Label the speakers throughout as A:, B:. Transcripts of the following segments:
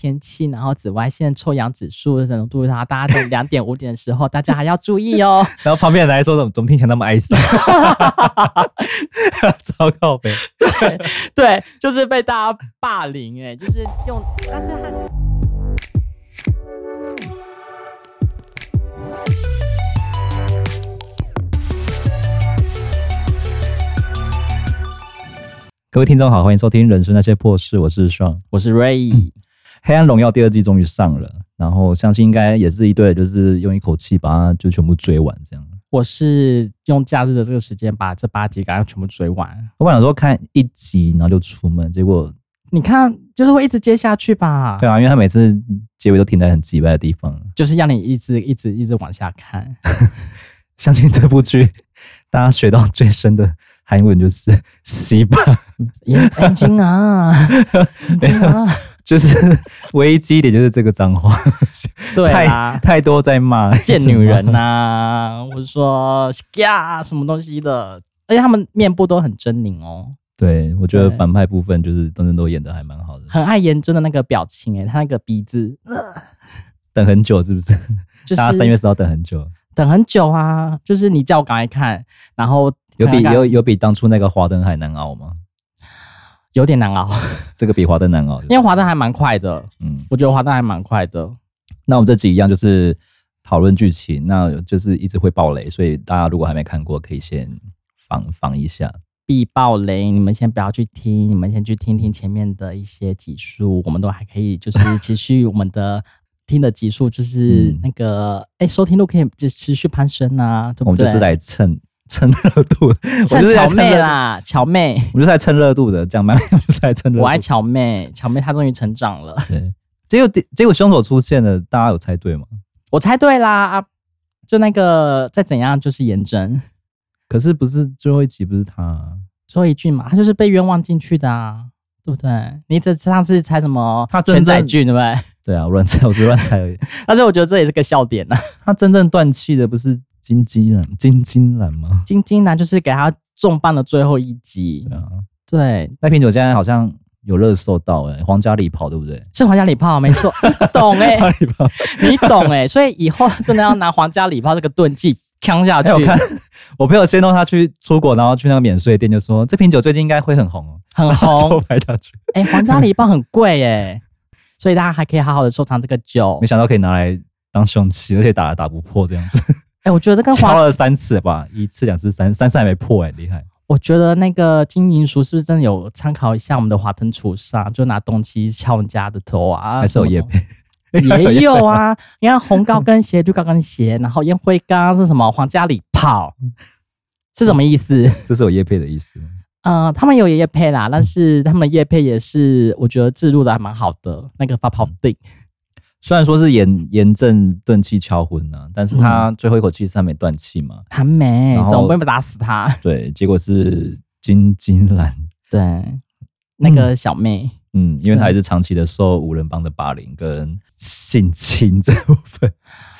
A: 天气，然后紫外线臭氧指数的浓度，然后大家在两点五点的时候，大家还要注意哦。
B: 然后旁边人来说怎么怎么听起来那么哀伤， 糟糕呗。
A: 对 对，就是被大家霸凌哎、就是用，但是他
B: 各位听众好，欢迎收听《人生那些破事》，我是爽。
A: 我是瑞 y
B: 黑暗荣耀》第二季终于上了，然后相信应该也是一对，就是用一口气把它就全部追完这样。
A: 我是用假日的这个时间把这八集赶快全部追完。
B: 我本来想说看一集，然后就出门，结果
A: 你看，就是会一直接下去吧，
B: 对啊，因为他每次结尾都停在很奇怪的地方。
A: 就是让你一直一直一直往下 看。
B: 相信这部剧大家学到最深的韩文就是“西吧
A: 眼眼睛 啊，眼睛啊，”，
B: 就是 唯一记忆点就是这个脏话，
A: 对
B: 太
A: 啦，
B: 太多在骂
A: 贱女人呐、或者说呀什么东西的，而且他们面部都很狰狞哦，
B: 对，我觉得
A: 对
B: 反派部分就是真正都演的还蛮好的。
A: 很爱颜真的那个表情诶、他那个鼻子
B: 等很久是不是？
A: 就
B: 大家三月
A: 是
B: 四号等很久，
A: 等很久啊，就是你叫我赶快看，然后
B: 有比
A: 看看
B: 有有比当初那个华灯还难熬吗？
A: 有点难熬，
B: 这个比华灯难熬，
A: 因为华灯还蛮快的，
B: 嗯，
A: 我觉得华灯还蛮快的，
B: 那我们这集一样就是讨论剧情，那就是一直会爆雷，所以大家如果还没看过，可以先防防一下。
A: 必爆雷，你们先不要去听，你们先去听听前面的一些集数，我们都还可以，就是持续我们的听的集数，就是
B: 嗯
A: 那个哎、收听率可以就持续攀升啊，对
B: 我
A: 不
B: 们
A: 对？
B: 就是来蹭蹭热度的，我
A: 趁
B: 就是来
A: 乔
B: 蹭
A: 妹
B: 热度，
A: 啦，乔妹，
B: 我就是来蹭热度的，这样慢 慢就是来蹭热
A: 我爱
B: 度。
A: 乔妹，乔妹她终于成长了，
B: 对，结果结果凶手出现了，大家有猜对吗？
A: 我猜对啦啊！就那个再怎样就是颜真，
B: 可是不是最后一集不是他啊、
A: 最后一句嘛，他就是被冤枉进去的啊，对不对？你这上次猜什么？
B: 他真
A: 全
B: 正
A: 载剧对不对？
B: 对啊，我乱猜，我只是乱猜而已。
A: 但是我觉得这也是个笑点啊。
B: 他真正断气的不是金金兰金金兰吗？
A: 金金男就是给他重磅的最后一集
B: 对，啊，
A: 对，
B: 那瓶酒现在好像有热搜到哎、皇家礼炮对不 对？
A: 是皇家礼炮，没 错，你懂哎、
B: 皇家礼炮，
A: 你懂哎、所以以后真的要拿皇家礼炮这个钝器扛下去
B: 哎，我，看我朋友先弄他去出国，然后去那个免税店就说这瓶酒最近应该会很红哦，
A: 很
B: 就
A: 红
B: 拍下去，
A: 哎、皇家礼炮很贵哎、所以大家还可以好好的收藏这个酒
B: 没。想到可以拿来当凶器，而且打打不破这样 子，
A: 哎、我觉得这跟
B: 敲
A: 皇，
B: 了三次吧，一次、两次、三三次还没破哎、厉害！
A: 我觉得那个金银鼠是不是真的有参考一下我们的华灯初上，就拿东西敲人家的头啊？
B: 还是有
A: 什么
B: 叶
A: 东
B: 配，
A: 也有啊， 你看红高跟鞋、绿高跟鞋，然后烟灰缸是什么？皇家礼炮 是什么意 思？
B: 这是有叶配的意思吗。
A: 呃，他们有夜配啦，但是他们的夜配也是我觉得制度的还蛮好的，那个发泡定
B: 嗯虽然说是严严正钝气敲昏啊，但是他最后一口气是他没断气嘛，
A: 还没
B: 然，后
A: 总不能打死他。
B: 对，结果是金金兰，
A: 对，那个小妹，
B: 嗯，因为他
A: 对
B: 也是长期的受五人帮的霸凌跟性侵这部分，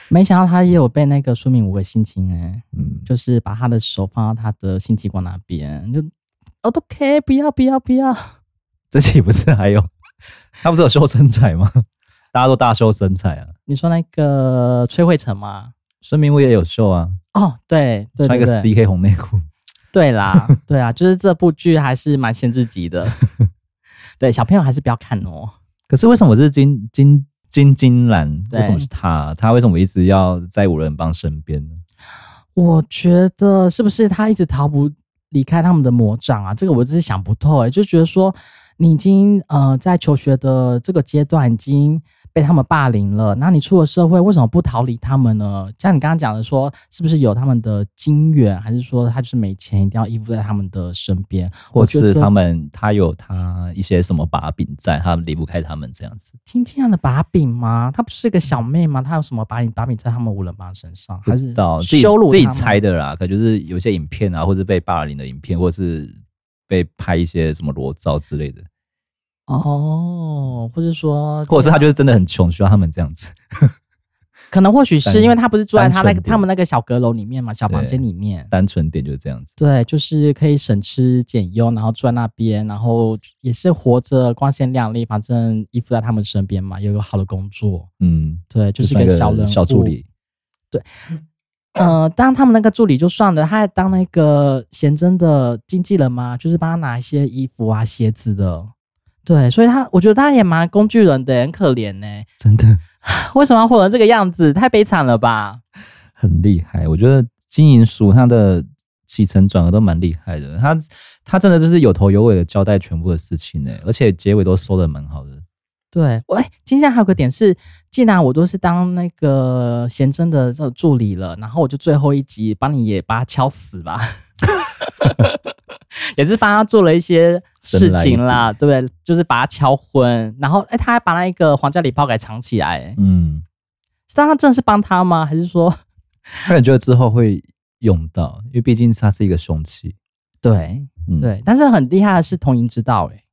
A: 没想到她也有被那个苏明武给性侵哎、
B: 嗯，
A: 就是把她的手放到她的性器官那边，就哦都 OK，不要不要不要，
B: 这期不是还有 他不是有修身材吗？大家都大修身材啊，
A: 你说那个崔慧成吗？
B: 孙明武也有秀啊，
A: 哦，对，对对对
B: 穿一个 CK 红内裤，
A: 对啦，对啊，就是这部剧还是蛮限制级 的。对，小朋友还是不要看哦。
B: 可是为什么是金金金金兰？
A: 对
B: 为什么是他？他为什么一直要在五人帮身边呢？
A: 我觉得是不是他一直逃不离开他们的魔掌啊？这个我真是想不透哎、就觉得说你已经呃在求学的这个阶段已经被他们霸凌了，那你出了社会为什么不逃离他们呢？像你刚刚讲的说，是不是有他们的金源，还是说他就是没钱一定要依附在他们的身边？
B: 或
A: 我觉
B: 是
A: 得
B: 他们他有他一些什么把柄在，他离不开他们这样子？
A: 金金样的把柄吗？她不是一个小妹吗？她有什么把柄？把柄在他们五人帮身上，
B: 不
A: 还
B: 知
A: 是
B: 道自己
A: 羞辱
B: 自己
A: 他们
B: 猜的啦，可就是有些影片啊，或是被霸凌的影片，或是被拍一些什么裸照之类的，
A: 哦，或者说，啊
B: 或者是他就是真的很穷，需要他们这样子。
A: 可能或许是
B: 单
A: 因为他不是住在他那个
B: 单纯点
A: 他们那个小阁楼里面嘛，小房间里面。
B: 单纯点就是这样子。
A: 对，就是可以省吃俭用，然后住在那边，然后也是活着光鲜亮丽，反正依附在他们身边嘛，有一个好的工作，
B: 嗯，
A: 对，就是一
B: 算
A: 个小人物
B: 小助。理，
A: 呃，当他们那个助理就算了，他还当那个贤真的经纪人嘛，就是帮他拿一些衣服啊、鞋子的。对，所以他我觉得他也蛮工具人的，很可怜呢。
B: 真的
A: 为什么要活成这个样子？太悲惨了吧！
B: 很厉害。我觉得金银鼠它的起承转合都蛮厉害的，它它真的就是有头有尾的交代全部的事情呢、而且结尾都收的蛮好的。
A: 对，喂，今天还有个点是，既然我都是当那个贤真的这个助理了，然后我就最后一集帮你也把他敲死吧， 也是帮他做了一些事情啦，对不对？就是把他敲昏，然后哎、他还把那个皇家礼炮给藏起来、哎
B: 嗯，
A: 是当他真的是帮他吗？还是说
B: 但我觉得之后会用到，因为毕竟它是一个凶器。
A: 对
B: 嗯，，
A: 对？但是很厉害的是童银之道、哎，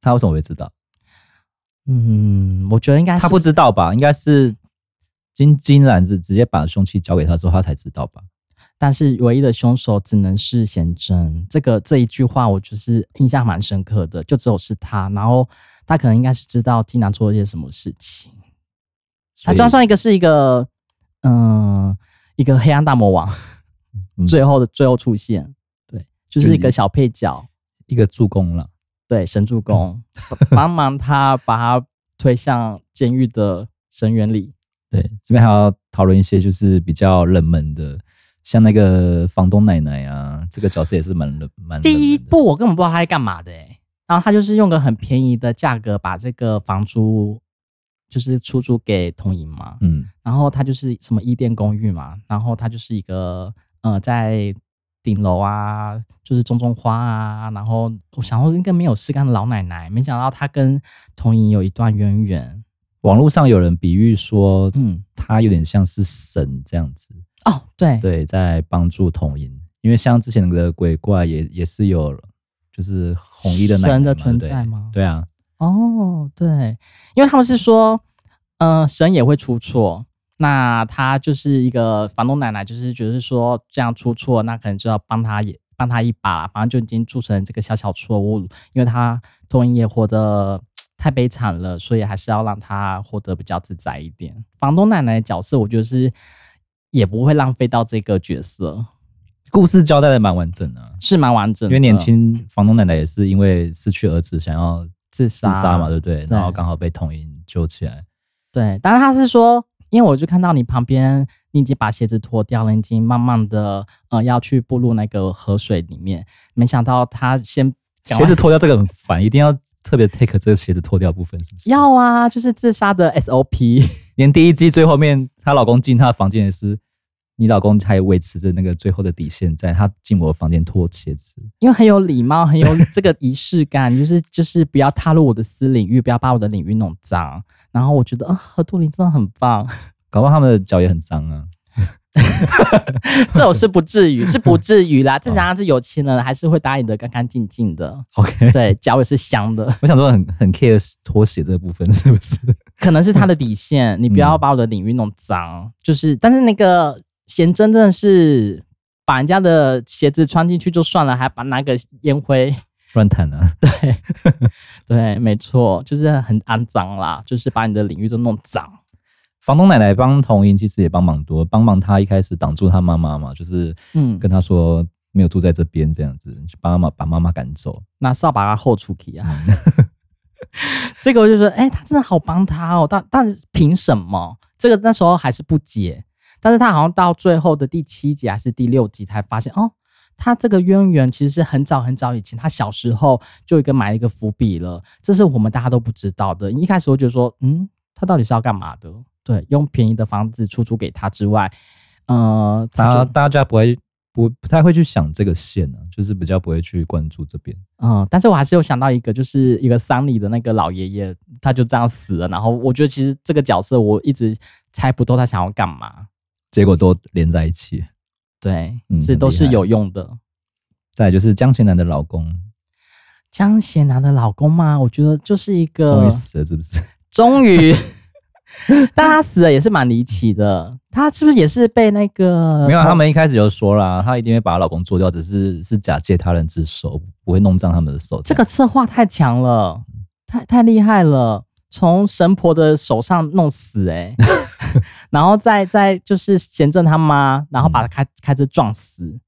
B: 他为什么会知道？
A: 嗯，我觉得应该是
B: 他不知道吧？应该是金金兰子直接把凶器交给他之后，他才知道吧？
A: 但是唯一的凶手只能是贤真。这个这一句话，我就是印象蛮深刻的，就只有是他。然后他可能应该是知道金南做了一些什么事情，他
B: 所以
A: 装上一个是一个，嗯、一个黑暗大魔王，
B: 嗯
A: 最后的最后出现，对，就是一个小配角，
B: 一个助攻了。
A: 对，神助 攻帮忙他把他推向监狱的深渊里。
B: 对，这边还要讨论一些就是比较冷门的，像那个房东奶奶啊，这个角色也是蛮冷蛮冷门
A: 第一
B: 的
A: 部我根本不知道他在干嘛的、欸，然后他就是用个很便宜的价格把这个房租就是出租给童莹嘛，
B: 嗯，
A: 然后他啊就是呃什么伊甸公寓嘛，然后他就是一个呃在顶楼啊，就是种种花啊，然后我想说应该没有事干的老奶奶，没想到她跟童莹有一段渊源，
B: 网络上有人比喻说，
A: 嗯，
B: 他有点像是神这样子，
A: 哦对，
B: 对，在帮助童音，因为像之前的鬼怪也也是有就是 红衣的奶奶
A: 神的
B: 嘛
A: 存在
B: 对
A: 吗
B: 对啊，
A: 哦，对，因为他们是说，呃，神也会出错。那他就是一个房东奶奶，就是觉得说这样出错，那可能就要帮他也帮他一把啦，反正就已经铸成这个小小错误，因为他托因也活得太悲惨了，所以还是要让他活得比较自在一点。房东奶奶的角色，我觉得是也不会浪费到这个角色，
B: 故事交代的蛮完整的啊、
A: 是蛮完整
B: 因
A: 的。
B: 为年轻房东奶奶也是因为失去儿子想要
A: 自
B: 自杀嘛，对不对？
A: 对
B: 然后刚好被童音救起来，
A: 对，当然他是说，因为我就看到你旁边，你已经把鞋子脱掉了，你已经慢慢的呃要去步入那个河水里面，没想到他先赶
B: 鞋
A: 快
B: 子脱掉这个很烦，一定要特别 take 这个鞋子脱掉的部分，是不是？
A: 要啊，就是自杀的 SOP，
B: 连第一季最后面，她老公进她的房间也是，你老公还维持着那个最后的底线在，他进我房间脱鞋子，
A: 因为很有礼貌，很有这个仪式感，就是就是不要踏入我的私领域，不要把我的领域弄脏。然后我觉得，啊、河图林真的很棒，
B: 搞不好他们的脚也很脏啊。
A: 这种是不至于，是不至于啦。正常是有钱人还是会打理的干干净净的，
B: OK，
A: 对，脚也是香的。
B: 我想说很很 care 脱鞋这部分是不是？
A: 可能是他的底线，你不要把我的领域弄脏。就是，但是那个贤真真的是把人家的鞋子穿进去就算了，还把拿个烟灰，
B: 乱谈啊，
A: 对，没错，就是很肮脏啦，就是把你的领域都弄脏。
B: 房东奶奶帮童莹其实也帮忙多，帮忙她一开始挡住她妈妈嘛，就是
A: 嗯，
B: 跟她说没有住在这边这样子，就把妈妈把妈妈赶走。
A: 拿扫把他后出去啊。 这个我就说，哎、他真的好帮他哦，但但是凭什么？这个那时候还是不解，但是他好像到最后的第七集还是第六集才发现，哦，他这个渊源其实是很早很早以前，他小时候就有一个埋一个伏笔了，这是我们大家都不知道的。一开始我就说，嗯，他到底是要干嘛的？对，用便宜的房子出租给他之外，呃，他就
B: 大大家不会不不太会去想这个线呢、啊，就是比较不会去关注这边。
A: 嗯，但是我还是有想到一个，就是一个丧礼的那个老爷爷，他就这样死了。然后我觉得其实这个角色我一直猜不透他想要干嘛。
B: 结果都连在一起。
A: 对，
B: 嗯
A: 是
B: 很
A: 都
B: 厉
A: 是
B: 害
A: 有用的。
B: 再来就是江贤南的老公
A: 江贤南的老公嘛，我觉得就是一个呃
B: 终于死了，是不是？
A: 终于 但他死了也是蛮离奇的，他是不是也是被那个
B: 没有，他们一开始就说啦，她一定会把她老公做掉，只是是假借他人之手，不会弄脏他们的手。
A: 这个策划太强了，太太厉害了，从神婆的手上弄死哎、然后再再就是贤正他妈，然后把他开、开车撞死，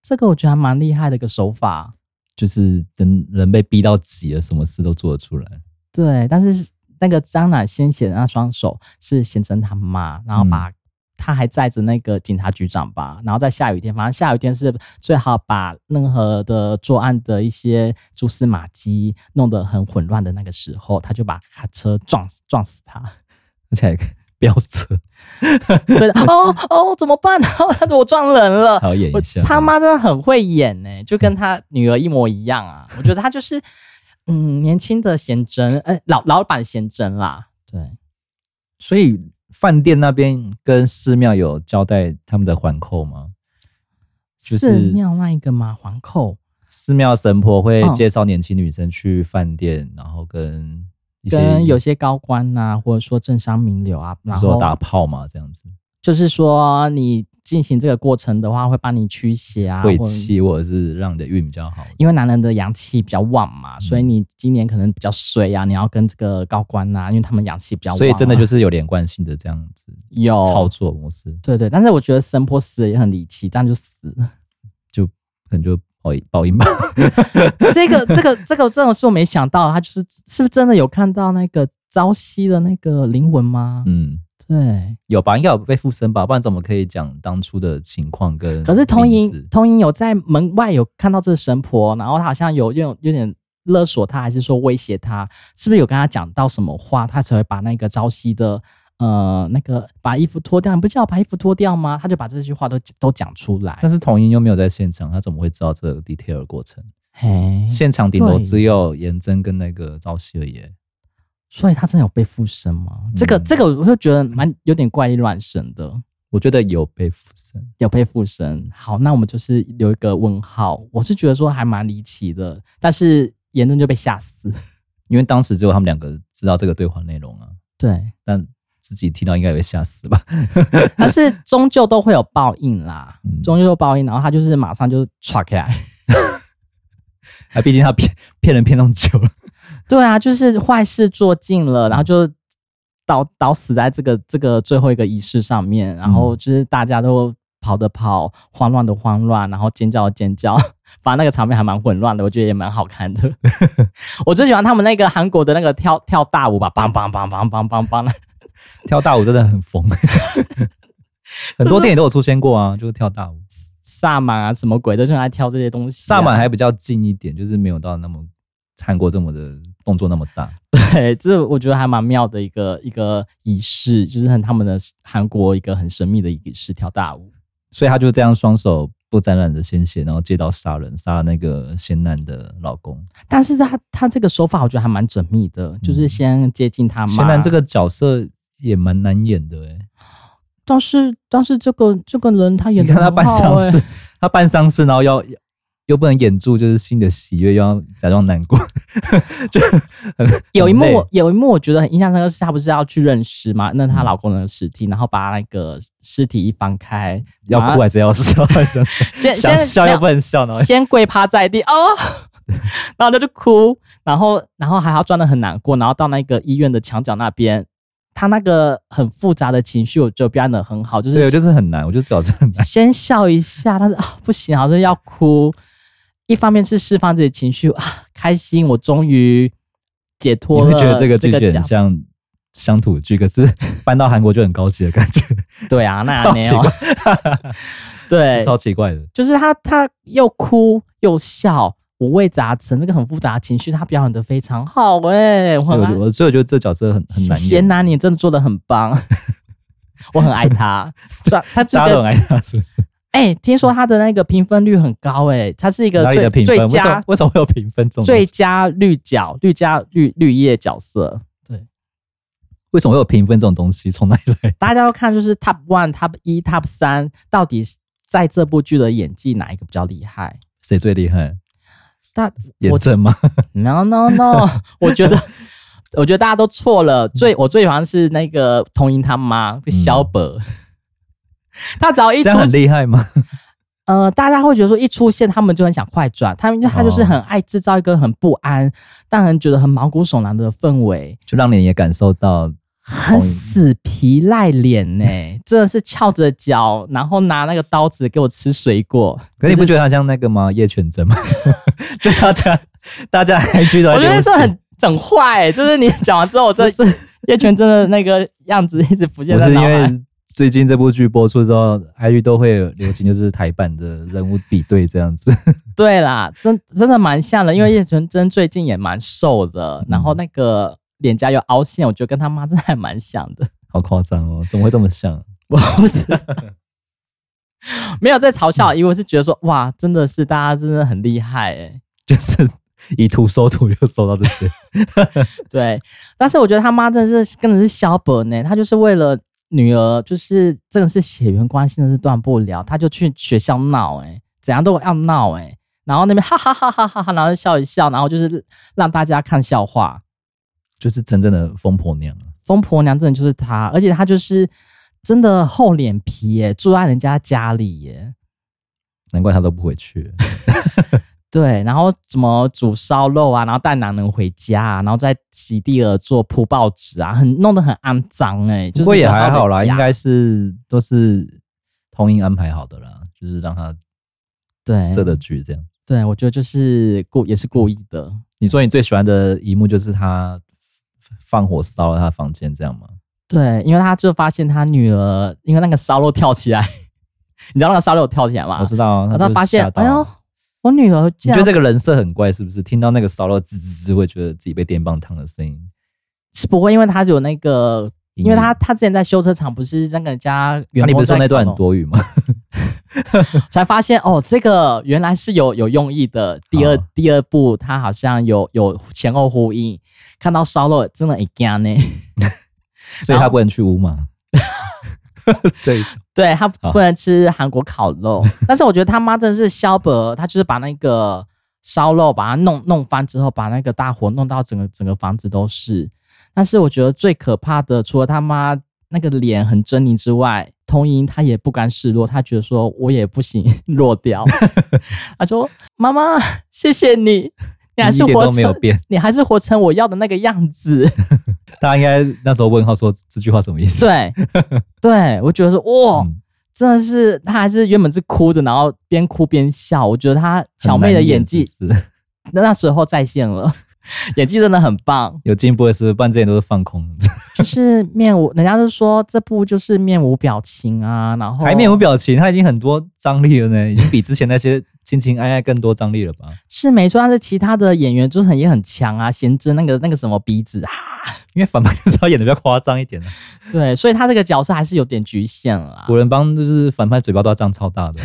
A: 这个我觉得还蛮厉害的一个手法。
B: 就是人人被逼到极了，什么事都做得出来。
A: 对，但是那个张乃先写的那双手是贤真他妈，然后把、他还载着那个警察局长吧，然后在下雨天，反正下雨天是最好把任何的作案的一些蛛丝马迹弄得很混乱的那个时候，他就把他车撞死撞死他。
B: 而且还飙车，
A: 对的，哦哦，怎么办？ 然后他说我撞人了
B: 还。要演
A: 我
B: 一下。
A: 他妈真的很会演呢、就跟他女儿一模一样啊！我觉得他就是，嗯，年轻的贤贞，哎、老老板贤贞啦，对，
B: 所以饭店那边跟寺庙有交代他们的环扣吗？就是
A: 寺庙那一个嘛，皇后
B: 寺庙神婆会
A: 嗯
B: 介绍年轻女生去饭店，然后跟一些
A: 跟有些高官呐、或者说政商名流啊，
B: 比
A: 然
B: 如说
A: 后
B: 打炮嘛这样子，
A: 就是说你进行这个过程的话，会帮你驱邪啊，
B: 晦
A: 或
B: 气或者是让你的运比较好。
A: 因为男人的阳气比较旺嘛，所
B: 嗯
A: 以你今年可能比较衰啊，你要跟这个高官呐、因为他们阳气比较旺啊、
B: 所以真的就是有连贯性的这样子
A: 有
B: 操作模式，
A: 对对，但是我觉得神婆死了也很离奇，这样就死了。
B: 可能就报应报应吧。
A: 这个这个这个真的是我没想到，他就是是不是真的有看到那个朝夕的那个灵魂吗？
B: 嗯，
A: 对，
B: 有吧？应该有被附身吧？不然怎么可以讲当初的情况跟？
A: 可是童莹童莹有在门外有看到这个神婆，然后她好像有有有点勒索她，还是说威胁她，是不是有跟她讲到什么话，她才会把那个朝夕的呃那个把衣服脱掉？你不是叫我把衣服脱掉吗？她就把这句话都都讲出来
B: 但。是童莹又没有在现场，她怎么会知道这个 detail 的过程？
A: 嘿，
B: 现场顶多
A: 嗯对
B: 只有颜真跟那个朝夕而已。
A: 所以她真的有被附身吗？这个
B: 嗯
A: 这个我就觉得蛮有点怪力乱神的。
B: 我觉得有被附身，
A: 有被附身。好，那我们就是留一个问号。我是觉得说还蛮离奇的，但是严正就被吓死。
B: 因为当时只有他们两个知道这个对话内容啊，
A: 对，
B: 但自己听到应该也会吓死吧？
A: 但是终究都会有报应啦
B: 嗯，
A: 终究有报应。然后他就是马上就 歘开来。
B: 啊，毕竟他骗骗人骗那么久了，
A: 对啊，就是坏事做尽了，然后就倒倒死在这个这个最后一个仪式上面，然后就是大家都跑的跑，慌乱的慌乱，然后尖叫的尖叫， 反正那个场面还蛮混乱的，我觉得也蛮好看的。 我最喜欢他们那个韩国的那个跳跳大舞吧，梆梆梆梆梆梆梆，
B: 跳大舞真的很疯， 很多电影都有出现过啊，就是跳大舞。
A: 萨满啊什么鬼的就很爱跳这些东西、啊
B: 萨满。还比较近一点，就是没有到那么韩国这么的动作那么大。
A: 对，这我觉得还蛮妙的一个一个仪式，就是很他们的韩国一个很神秘的仪式，跳大舞。
B: 所以他就这样双手不沾染的鲜血，然后借刀杀人，杀了那个鲜男的老公。
A: 但是他他这个手法我觉得还蛮缜密的，就是先接近他妈。
B: 鲜嗯男这个角色也蛮难演的诶、欸
A: 但是但是这个这个人他演
B: 你
A: 的
B: 看
A: 很好、
B: 他
A: 欸，
B: 办丧事， 他办丧事，然后要又不能掩住就是心里的喜悦，又要假装难过，就很
A: 有一幕
B: 很累
A: 我有一幕我觉得很印象深刻，是她不是要去认尸嘛？那
B: 嗯
A: 她老公的尸体，然后把那个尸体一翻开，
B: 要哭
A: 马上
B: 还是要笑，
A: 先
B: 想
A: 先
B: 笑
A: 没
B: 又
A: 有
B: 不能笑，然后
A: 先跪趴在地 哦，然后他就哭，然后然后还要装的很难过，然后到那个医院的墙角那边，他那个很复杂的情绪，我觉得表演的很好，就
B: 对，
A: 是
B: 就是很难，我就只好这样难。
A: 先笑一下，但是啊不行，好像要哭。一方面是释放自己情绪啊，开心，我终于解
B: 你
A: 脱
B: 会
A: 了。
B: 觉得这个剧
A: 假
B: 很像乡土剧，可是 搬到韩国就很高级的感觉，
A: 对啊，那
B: 超
A: 没
B: 奇
A: 有
B: 怪
A: 对，
B: 超奇怪的。
A: 就是他他又哭又笑，五味杂陈，那个很复杂的情绪，他表演的非常好哎、我
B: 所
A: 很
B: 以我
A: 爱
B: 觉得，我所以我觉得这角色很很难
A: 贤
B: 演，
A: 男你真的做的很棒， 我很爱 他。他他这
B: 大家
A: 个
B: 都很爱他，是不是？
A: 哎、听说他的那个评分率很高哎、他是一个
B: 哪里
A: 最
B: 的评分？
A: 最
B: 为什么
A: 佳
B: 为什么会有评分这种东
A: 最
B: 西？
A: 佳绿角绿加绿绿叶角色。
B: 为什么会有评分这种东西？从哪里来？
A: 大家要看就是 top one、top 一、top 三，到底在这部剧的演技哪一个比较厉害？
B: 谁最厉害？
A: 但
B: 严
A: 我
B: 正吗？
A: No No No，我觉得我觉得大家都错了。最我最喜欢是那个童莹他妈小伯，他只要一
B: 这
A: 出
B: 样很厉害吗？
A: 呃，大家会觉得说一出现他们就很想快转，他们就他就是
B: 哦
A: 很爱制造一个很不安，但很觉得很毛骨悚然的氛围，
B: 就让你也感受到
A: 很死皮赖脸 呢、真的是翘着脚，然后拿那个刀子给我吃水果。
B: 可是你不觉得他像那个吗？叶全真吗？ 就大家大家 IG 都在
A: 我觉得
B: 流
A: 这
B: 行
A: 很很坏、欸就是你讲完之后，我这
B: 不
A: 叶全真的那个样子一直浮现
B: 不
A: 在
B: 是因
A: 脑海。
B: 为最近这部剧播出之后，IG 都会流行就是台版的人物比对这样子。
A: 对啦，真真的蛮像的，因为叶全真最近也蛮瘦的，然后那个脸颊有凹陷，我觉得跟他妈真的还蛮像的。
B: 好夸张哦，怎么会这么像？
A: 我不知道，没有在嘲笑，因为我是觉得说，哇，真的是大家真的很厉害哎、
B: 就是以图搜图就搜到这 些，
A: 对，但是我觉得他妈真的是根本是小本呢、他就是为了女儿，就是真的是血缘关系真的是断不了，他就去学校闹哎、怎样都要闹哎、然后那边哈哈哈哈哈哈，然后笑一笑，然后就是让大家看笑话。
B: 就是真正的疯婆娘啊。
A: 疯婆娘真的就是她，而且她就是真的厚脸皮耶、住在人家家里耶、
B: 难怪她都不回去，
A: 对，然后怎么煮烧肉啊，然后带男人回家、啊，然后再席地而坐铺报纸啊，很弄得很肮脏哎、就是
B: 不过也
A: 得到
B: 还
A: 的
B: 好啦，
A: 家
B: 应该是都是通音安排好的啦，就是让她
A: 对
B: 设的局这样。
A: 对，我觉得就是故也是故意的，
B: 你说你最喜欢的一幕就是她放火烧了她房间这样吗？
A: 对，因为他就发现他女儿因为那个烧肉跳起来， 你知道那个烧肉跳起来吗
B: 我？知道啊，
A: 然后
B: 她
A: 他
B: 就
A: 发现
B: 吓，到
A: 哎呦，我女儿
B: 你
A: 竟
B: 觉得
A: 然
B: 这个人设很怪是不是？听到那个烧肉滋滋滋，会觉得自己被电棒烫的声音，
A: 是不会，因为她有那个。
B: 因
A: 因为他他之前在修车厂，不是那个人家
B: 那
A: 员
B: 啊你
A: 工
B: 不是
A: 在
B: 说
A: 哦
B: 那段
A: 烤肉
B: 很多余吗？
A: 才发现哦，这个原来是有有用意的。第二、
B: 哦
A: 第二部，它好像有有前后呼应。看到烧肉真的一样呢，
B: 所以他不能去乌马。 对，
A: 对他
B: 好
A: 不能吃韩国烤 肉，但是我觉得他妈真的是肖伯，他就是把那个烧肉把它弄弄翻之后，把那个大火弄到整个整个房子都是。但是我觉得最可怕的，除了他妈那个脸很狰狞之外，童莹她也不甘示弱，她觉得说我也不行，弱 掉。她说：“妈妈，谢谢你，你还
B: 一
A: 是
B: 点
A: 活
B: 都没有
A: 成，
B: 变。
A: 你还是活成我要的那个样子。”
B: 大家应该那时候问号说这句话什么意思？
A: 对，对我觉得说哇，
B: 嗯
A: 真的是他还是原本是哭着，然后边哭边笑。我觉得他小妹的演技
B: 很难演是不是。
A: 那那时候在线了， 演技真的很棒
B: 有进步的是不是，不然之前都是放空，
A: 哦就是面无，人家就说这部就是面无表情啊，然后
B: 还面无表情，他已经很多张力了呢，已经比之前那些亲情爱爱更多张力了吧？
A: 是没错，但是其他的演员就是很也很强啊，贤贞那个那个什么鼻子啊，
B: 因为反派就是要演的比较夸张一点啊。
A: 对，所以他这个角色还是有点局限了啊。
B: 古人帮就是反派嘴巴都要张超大的，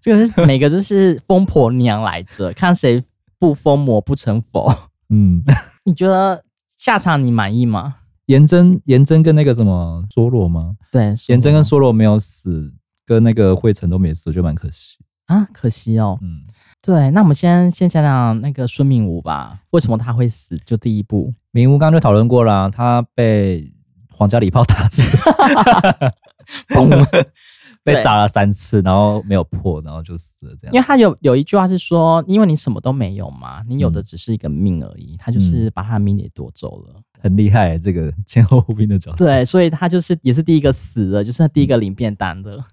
A: 这个是每个就是疯婆娘来着，看谁不疯魔不成佛。
B: 嗯，
A: 你觉得下场你满意吗？
B: 颜真颜真跟那个什么梭罗吗？
A: 对，
B: 颜真跟
A: 说
B: 梭罗没有死，跟那个惠成都没死，我觉得蛮可惜。
A: 啊，可惜哦。
B: 嗯，
A: 对，那我们先先讲讲那个孙明武吧，为什么他会死？就第一 步，
B: 明乌刚刚就讨论过啦，他被皇家礼炮打 死，
A: 嘣
B: 被砸了三次，然后没有破，然后就死了这
A: 因为
B: 样。
A: 他有有一句话是说，因为你什么都没有嘛，你有
B: 嗯
A: 的只是一个命而已，他就是把他的命给夺走了。
B: 很厉害，这个前后呼应的角色。，
A: 对，所以他就是也是第一个死的，就是第一个领便当
B: 嗯
A: 的。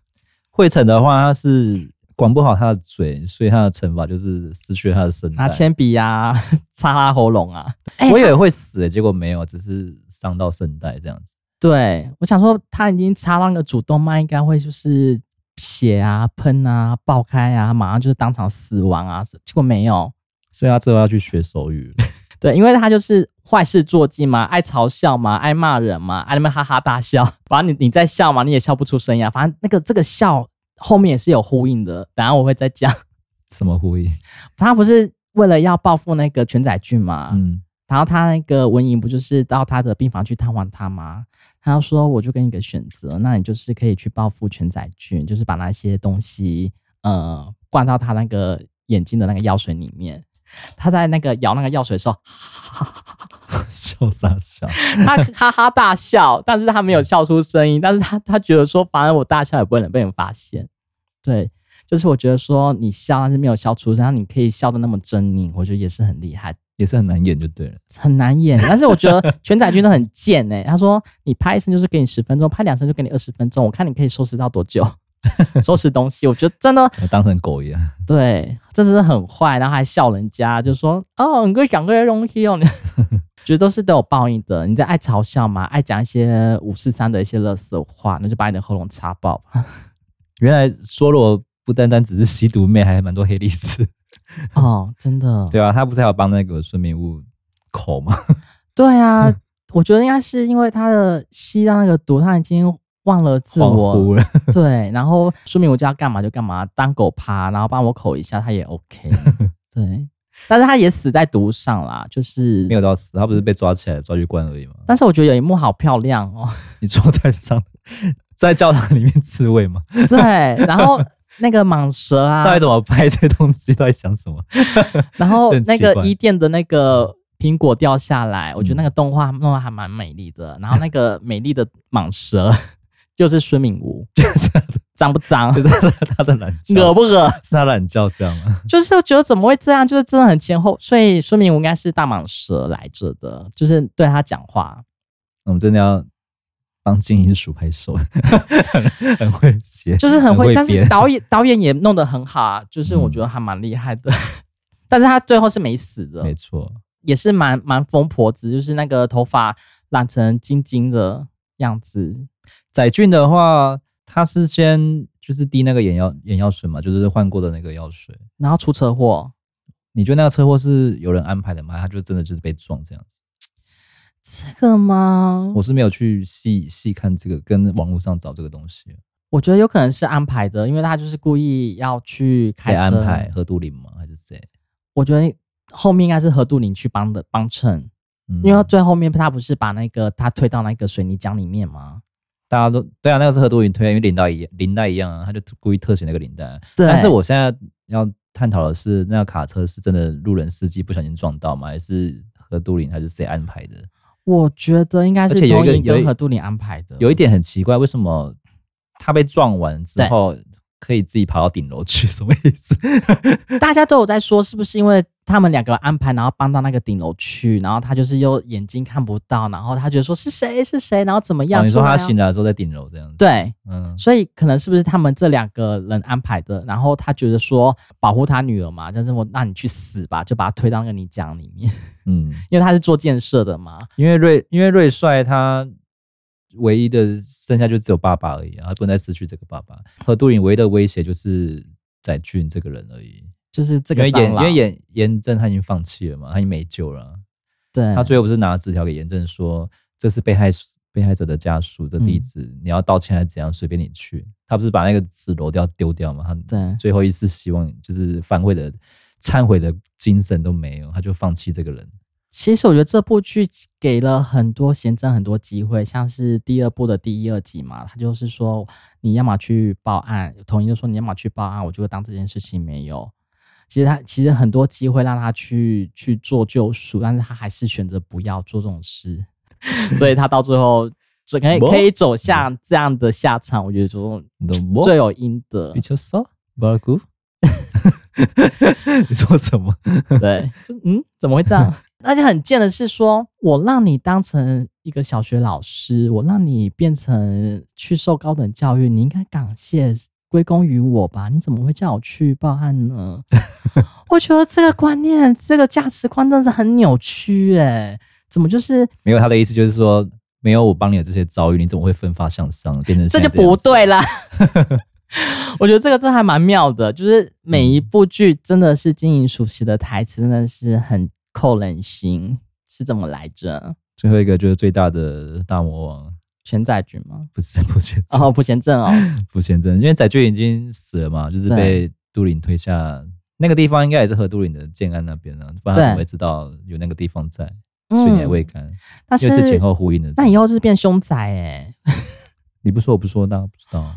B: 惠成的话，他是管不好他的嘴，所以他的惩罚就是失去了他的声带
A: 拿。铅笔呀、啊， 插他喉咙啊。哎
B: 我以为会死、欸结果没有，只是伤到声带这样子。
A: 对，我想说他已经插到那个主动脉，应该会就是血啊、喷啊、爆开啊，马上就是当场死亡啊，结果没有。
B: 所以他之后要去学手语。
A: 对，因为他就是坏事做尽嘛，爱嘲笑嘛，爱骂人嘛，啊爱那边哈哈大笑。 反正你你在笑嘛，你也笑不出声呀、反正那个这个笑后面也是有呼应的，等下我会再讲。
B: 什么呼应？
A: 他不是为了要报复那个全宰俊嘛，
B: 嗯，
A: 然后他那个文莹不就是到他的病房去探望他吗？他就说我就给你个选择，那你就是可以去报复全宰俊，就是把那些东西呃灌到他那个眼睛的那个药水里面。他在那个摇那个药水的时候，
B: 笑傻笑。
A: 他哈哈大笑，但是他没有笑出声音，但是他他觉得说，反正我大笑也不会被人发现。对，就是我觉得说你笑，但是没有笑出声，然后你可以笑的那么狰狞，我觉得也是很厉害，
B: 也是很难演就对了。
A: 很难演。但是我觉得全仔君都很贱哎、他说你拍一声就是给你十分钟，拍两声就给你二十分钟，我看你可以收拾到多久。 收拾东西，我觉得真的
B: 我当成狗一样，
A: 对，真的是很坏，然后还笑人家，就说哦，你给我讲这些东西哦，你 觉得都是都有报应的。你在爱嘲笑嘛，爱讲一些五四三的一些垃圾话，那就把你的喉咙插爆 吧。
B: 原来梭罗不单单只是吸毒妹，还蛮多黑历史，
A: 哦，真的，
B: 对啊，他不是还有帮那个孙明悟口吗？
A: 对啊，
B: 嗯
A: 我觉得应该是因为他的吸到那个毒，他已经忘了自
B: 恍
A: 我，
B: 惚了，
A: 对，然后说明我就要干嘛就干嘛，当狗趴，然后帮我口一下，他也 OK，对，但是他也死在毒上啦，就是
B: 没有到死，他不是被抓起来抓去关而已吗？
A: 但是我觉得有一幕好漂亮哦，
B: 你坐在上， 在教堂里面自慰吗？
A: 对，然后那个蟒蛇啊
B: 到，底怎么拍这东西？到底想什么？
A: 然后那
B: 很奇
A: 个
B: 怪
A: 伊甸的那个苹果掉下来，我觉得那个动画弄得还蛮美丽的。然后那个美丽的蟒蛇 就是孙敏吴，脏不脏？
B: 就是他的他的懒觉，
A: 恶不恶？
B: 是他懒觉这样吗？
A: 就是我觉得怎么会这样？就是真的很前后，所以孙敏吴应该是大蟒蛇来着的，就是对他讲话。
B: 那我们真的要帮金银鼠拍手， 很很会写，
A: 就是很
B: 很
A: 会，
B: 会
A: 但是
B: 编嗯
A: 导演导演也弄得很好啊，就是我觉得还蛮厉害的。 但是他最后是没死的，
B: 没错。
A: 也是蛮蛮疯婆子，就是那个头发染成金金的样子。
B: 载俊的话，他是先就是滴那个眼药眼药水嘛，就是换过的那个药水。
A: 然后出车祸，
B: 你觉得那个车祸是有人安排的吗？他就真的就是被撞这样子？
A: 这个吗？
B: 我是没有去细细看这个，跟网络上找这个东西。
A: 我觉得有可能是安排的，因为他就是故意要去
B: 谁
A: 开车。
B: 安排？何杜林吗？还是谁？
A: 我觉得后面应该是何杜林去帮的帮衬，
B: 嗯
A: 因为最后面他不是把那个他推到那个水泥浆里面吗？
B: 大家都对啊，那个是何杜云推，因为领带一样，领带一样啊，他就故意特写那个领带啊。
A: 对
B: 但是我现在要探讨的是，那个卡车是真的路人司机不小心撞到吗？还是何杜林还是谁安排的？
A: 我觉得应该
B: 而
A: 是
B: 且有
A: 同
B: 一个
A: 一
B: 有
A: 跟
B: 一
A: 何杜林安排的，
B: 有一点很奇怪，为什么他被撞完之后可以自己爬到顶楼去？什么 意思？
A: 大家都有在说，是不是因为他们两个安排，然后搬到那个顶楼去，然后他就是又眼睛看不到，然后他觉得说是谁是谁，然后怎么样？
B: 哦你说
A: 出
B: 他
A: 来啊
B: 醒来的时候在顶楼这样子？，
A: 对，
B: 嗯，
A: 所以可能是不是他们这两个人安排的？然后他觉得说保护他女儿嘛，就是我让你去死吧，就把他推到那个泥浆里面，
B: 嗯，
A: 因为他是做建设的嘛。
B: 因为瑞因为瑞帅他唯一的剩下就只有爸爸而已啊，他不能再失去这个爸爸。何杜颖唯一的威胁就是载俊这个人而已，
A: 就是这
B: 因
A: 个
B: 为
A: 蟑
B: 严因
A: 螂，
B: 为严严正他已经放弃了嘛，他已经没救了啊、
A: 对，
B: 他最后不是拿纸条给严正说，这是被害被害者的家属的
A: 嗯
B: 地址，你要道歉还是怎样，随便你去。他不是把那个纸揉掉丢掉吗？他
A: 对
B: 最后一丝希望就是反悔的忏悔的精神都没有，他就放弃这个人。
A: 其实我觉得这部剧给了很多贤真很多机会，像是第二部的第一二集嘛，他就是说你要么去报案，统一就说你要么去报案，我就会当这件事情没有。其实他其实很多机会让他去去做救赎，但是他还是选择不要做这种事， 所以他到最后只可以
B: 没
A: 可以走向这样的下场，我觉得就
B: 你懂不？
A: 罪有应得
B: 比。丘说，巴拉古， 你说什么？
A: 对，就嗯，怎么会这样？ 而且很贱的是说，我让你当成一个小学老师，我让你变成去受高等教育，你应该感谢归功于我吧？你怎么会叫我去报案 呢？我觉得这个观念、这个价值观真的是很扭曲哎、怎么就是
B: 没有，他的意思就是说，没有我帮你的这些遭遇，你怎么会奋发向上，变成
A: 这
B: 现在
A: 就
B: 样
A: 不
B: 子
A: 对啦。 我觉得这个真的还蛮妙的，就是每一部剧真的是金银熟悉的台词，真的是很扣人心，是怎么来着？
B: 最后一个就是最大的大魔王，
A: 全宰君吗？
B: 不是不是。
A: 哦，不贤 正哦，
B: 傅先生，因为载俊已经死了嘛，就是
A: 对
B: 被杜林推下那个地方，应该也是何杜林的建安那边啊，不然他
A: 对
B: 怎么会知道有那个地方在？
A: 嗯
B: 所以你还未干，
A: 但
B: 又是前
A: 是
B: 后呼应的。
A: 那以后就是变凶宅哎、
B: 你不说我不说，那不知道。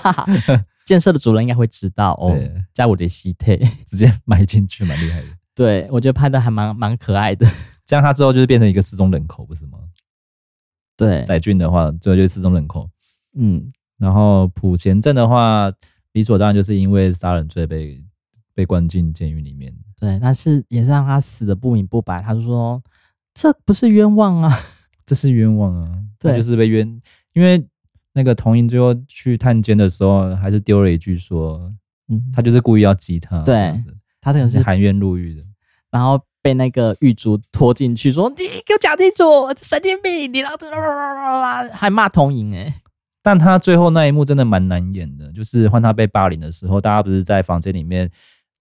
A: 建设的主人应该会知道哦
B: 对，
A: 在我的西退。
B: 直接埋进去，蛮厉害的。
A: 对我觉得拍的还蛮蛮可爱的，
B: 这样他之后就是变成一个失踪人口，不是吗？
A: 对，
B: 载俊的话，最后就是失踪人口。
A: 嗯，
B: 然后普贤镇的话，理所当然就是因为杀人罪被被关进监狱里面。
A: 对，但是也是让他死的不明不白。他就说这不是冤枉啊，
B: 这是冤枉啊，
A: 对
B: 他就是被冤，因为那个童英最后去探监的时候，还是丢了一句说
A: 嗯，
B: 他就是故意要激他，
A: 对
B: 这样子
A: 他这个是
B: 是，含冤入狱的。
A: 然后被那个狱卒拖进去说你给我讲清楚，神经病，你让这 还骂童莹哎、
B: 但他最后那一幕真的蛮难演的，就是换他被霸凌的时候，大家不是在房间里面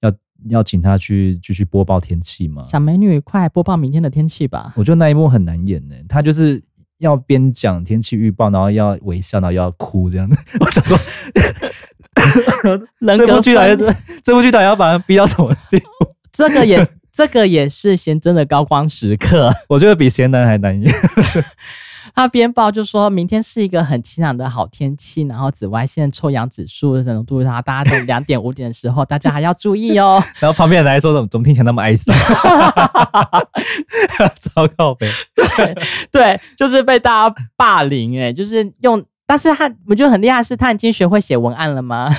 B: 要要请他去继续播报天气吗？
A: 小美女，快播报明天的天气吧。
B: 我觉得那一幕很难演呢、他就是要边讲天气预报，然后要微笑，然后又要哭这样子。 我想说，
A: 人
B: 这
A: 格
B: 部剧来
A: 分裂，
B: 这部剧到底要把他逼到什么地步？
A: 这个也 这个也是贤真的高光时刻。
B: 我觉得比贤男还难演。
A: 他边报就说明天是一个很晴朗的好天气，然后紫外线臭氧指数的浓度，然后大家在两点五点的时候，大家还要注意哦。
B: 然后旁边人来说，怎么怎么听起来那么哀伤？ 糟糕呗！
A: 对，就是被大家霸凌哎、就是用。但是他我觉得很厉害，是他已经学会写文案了吗？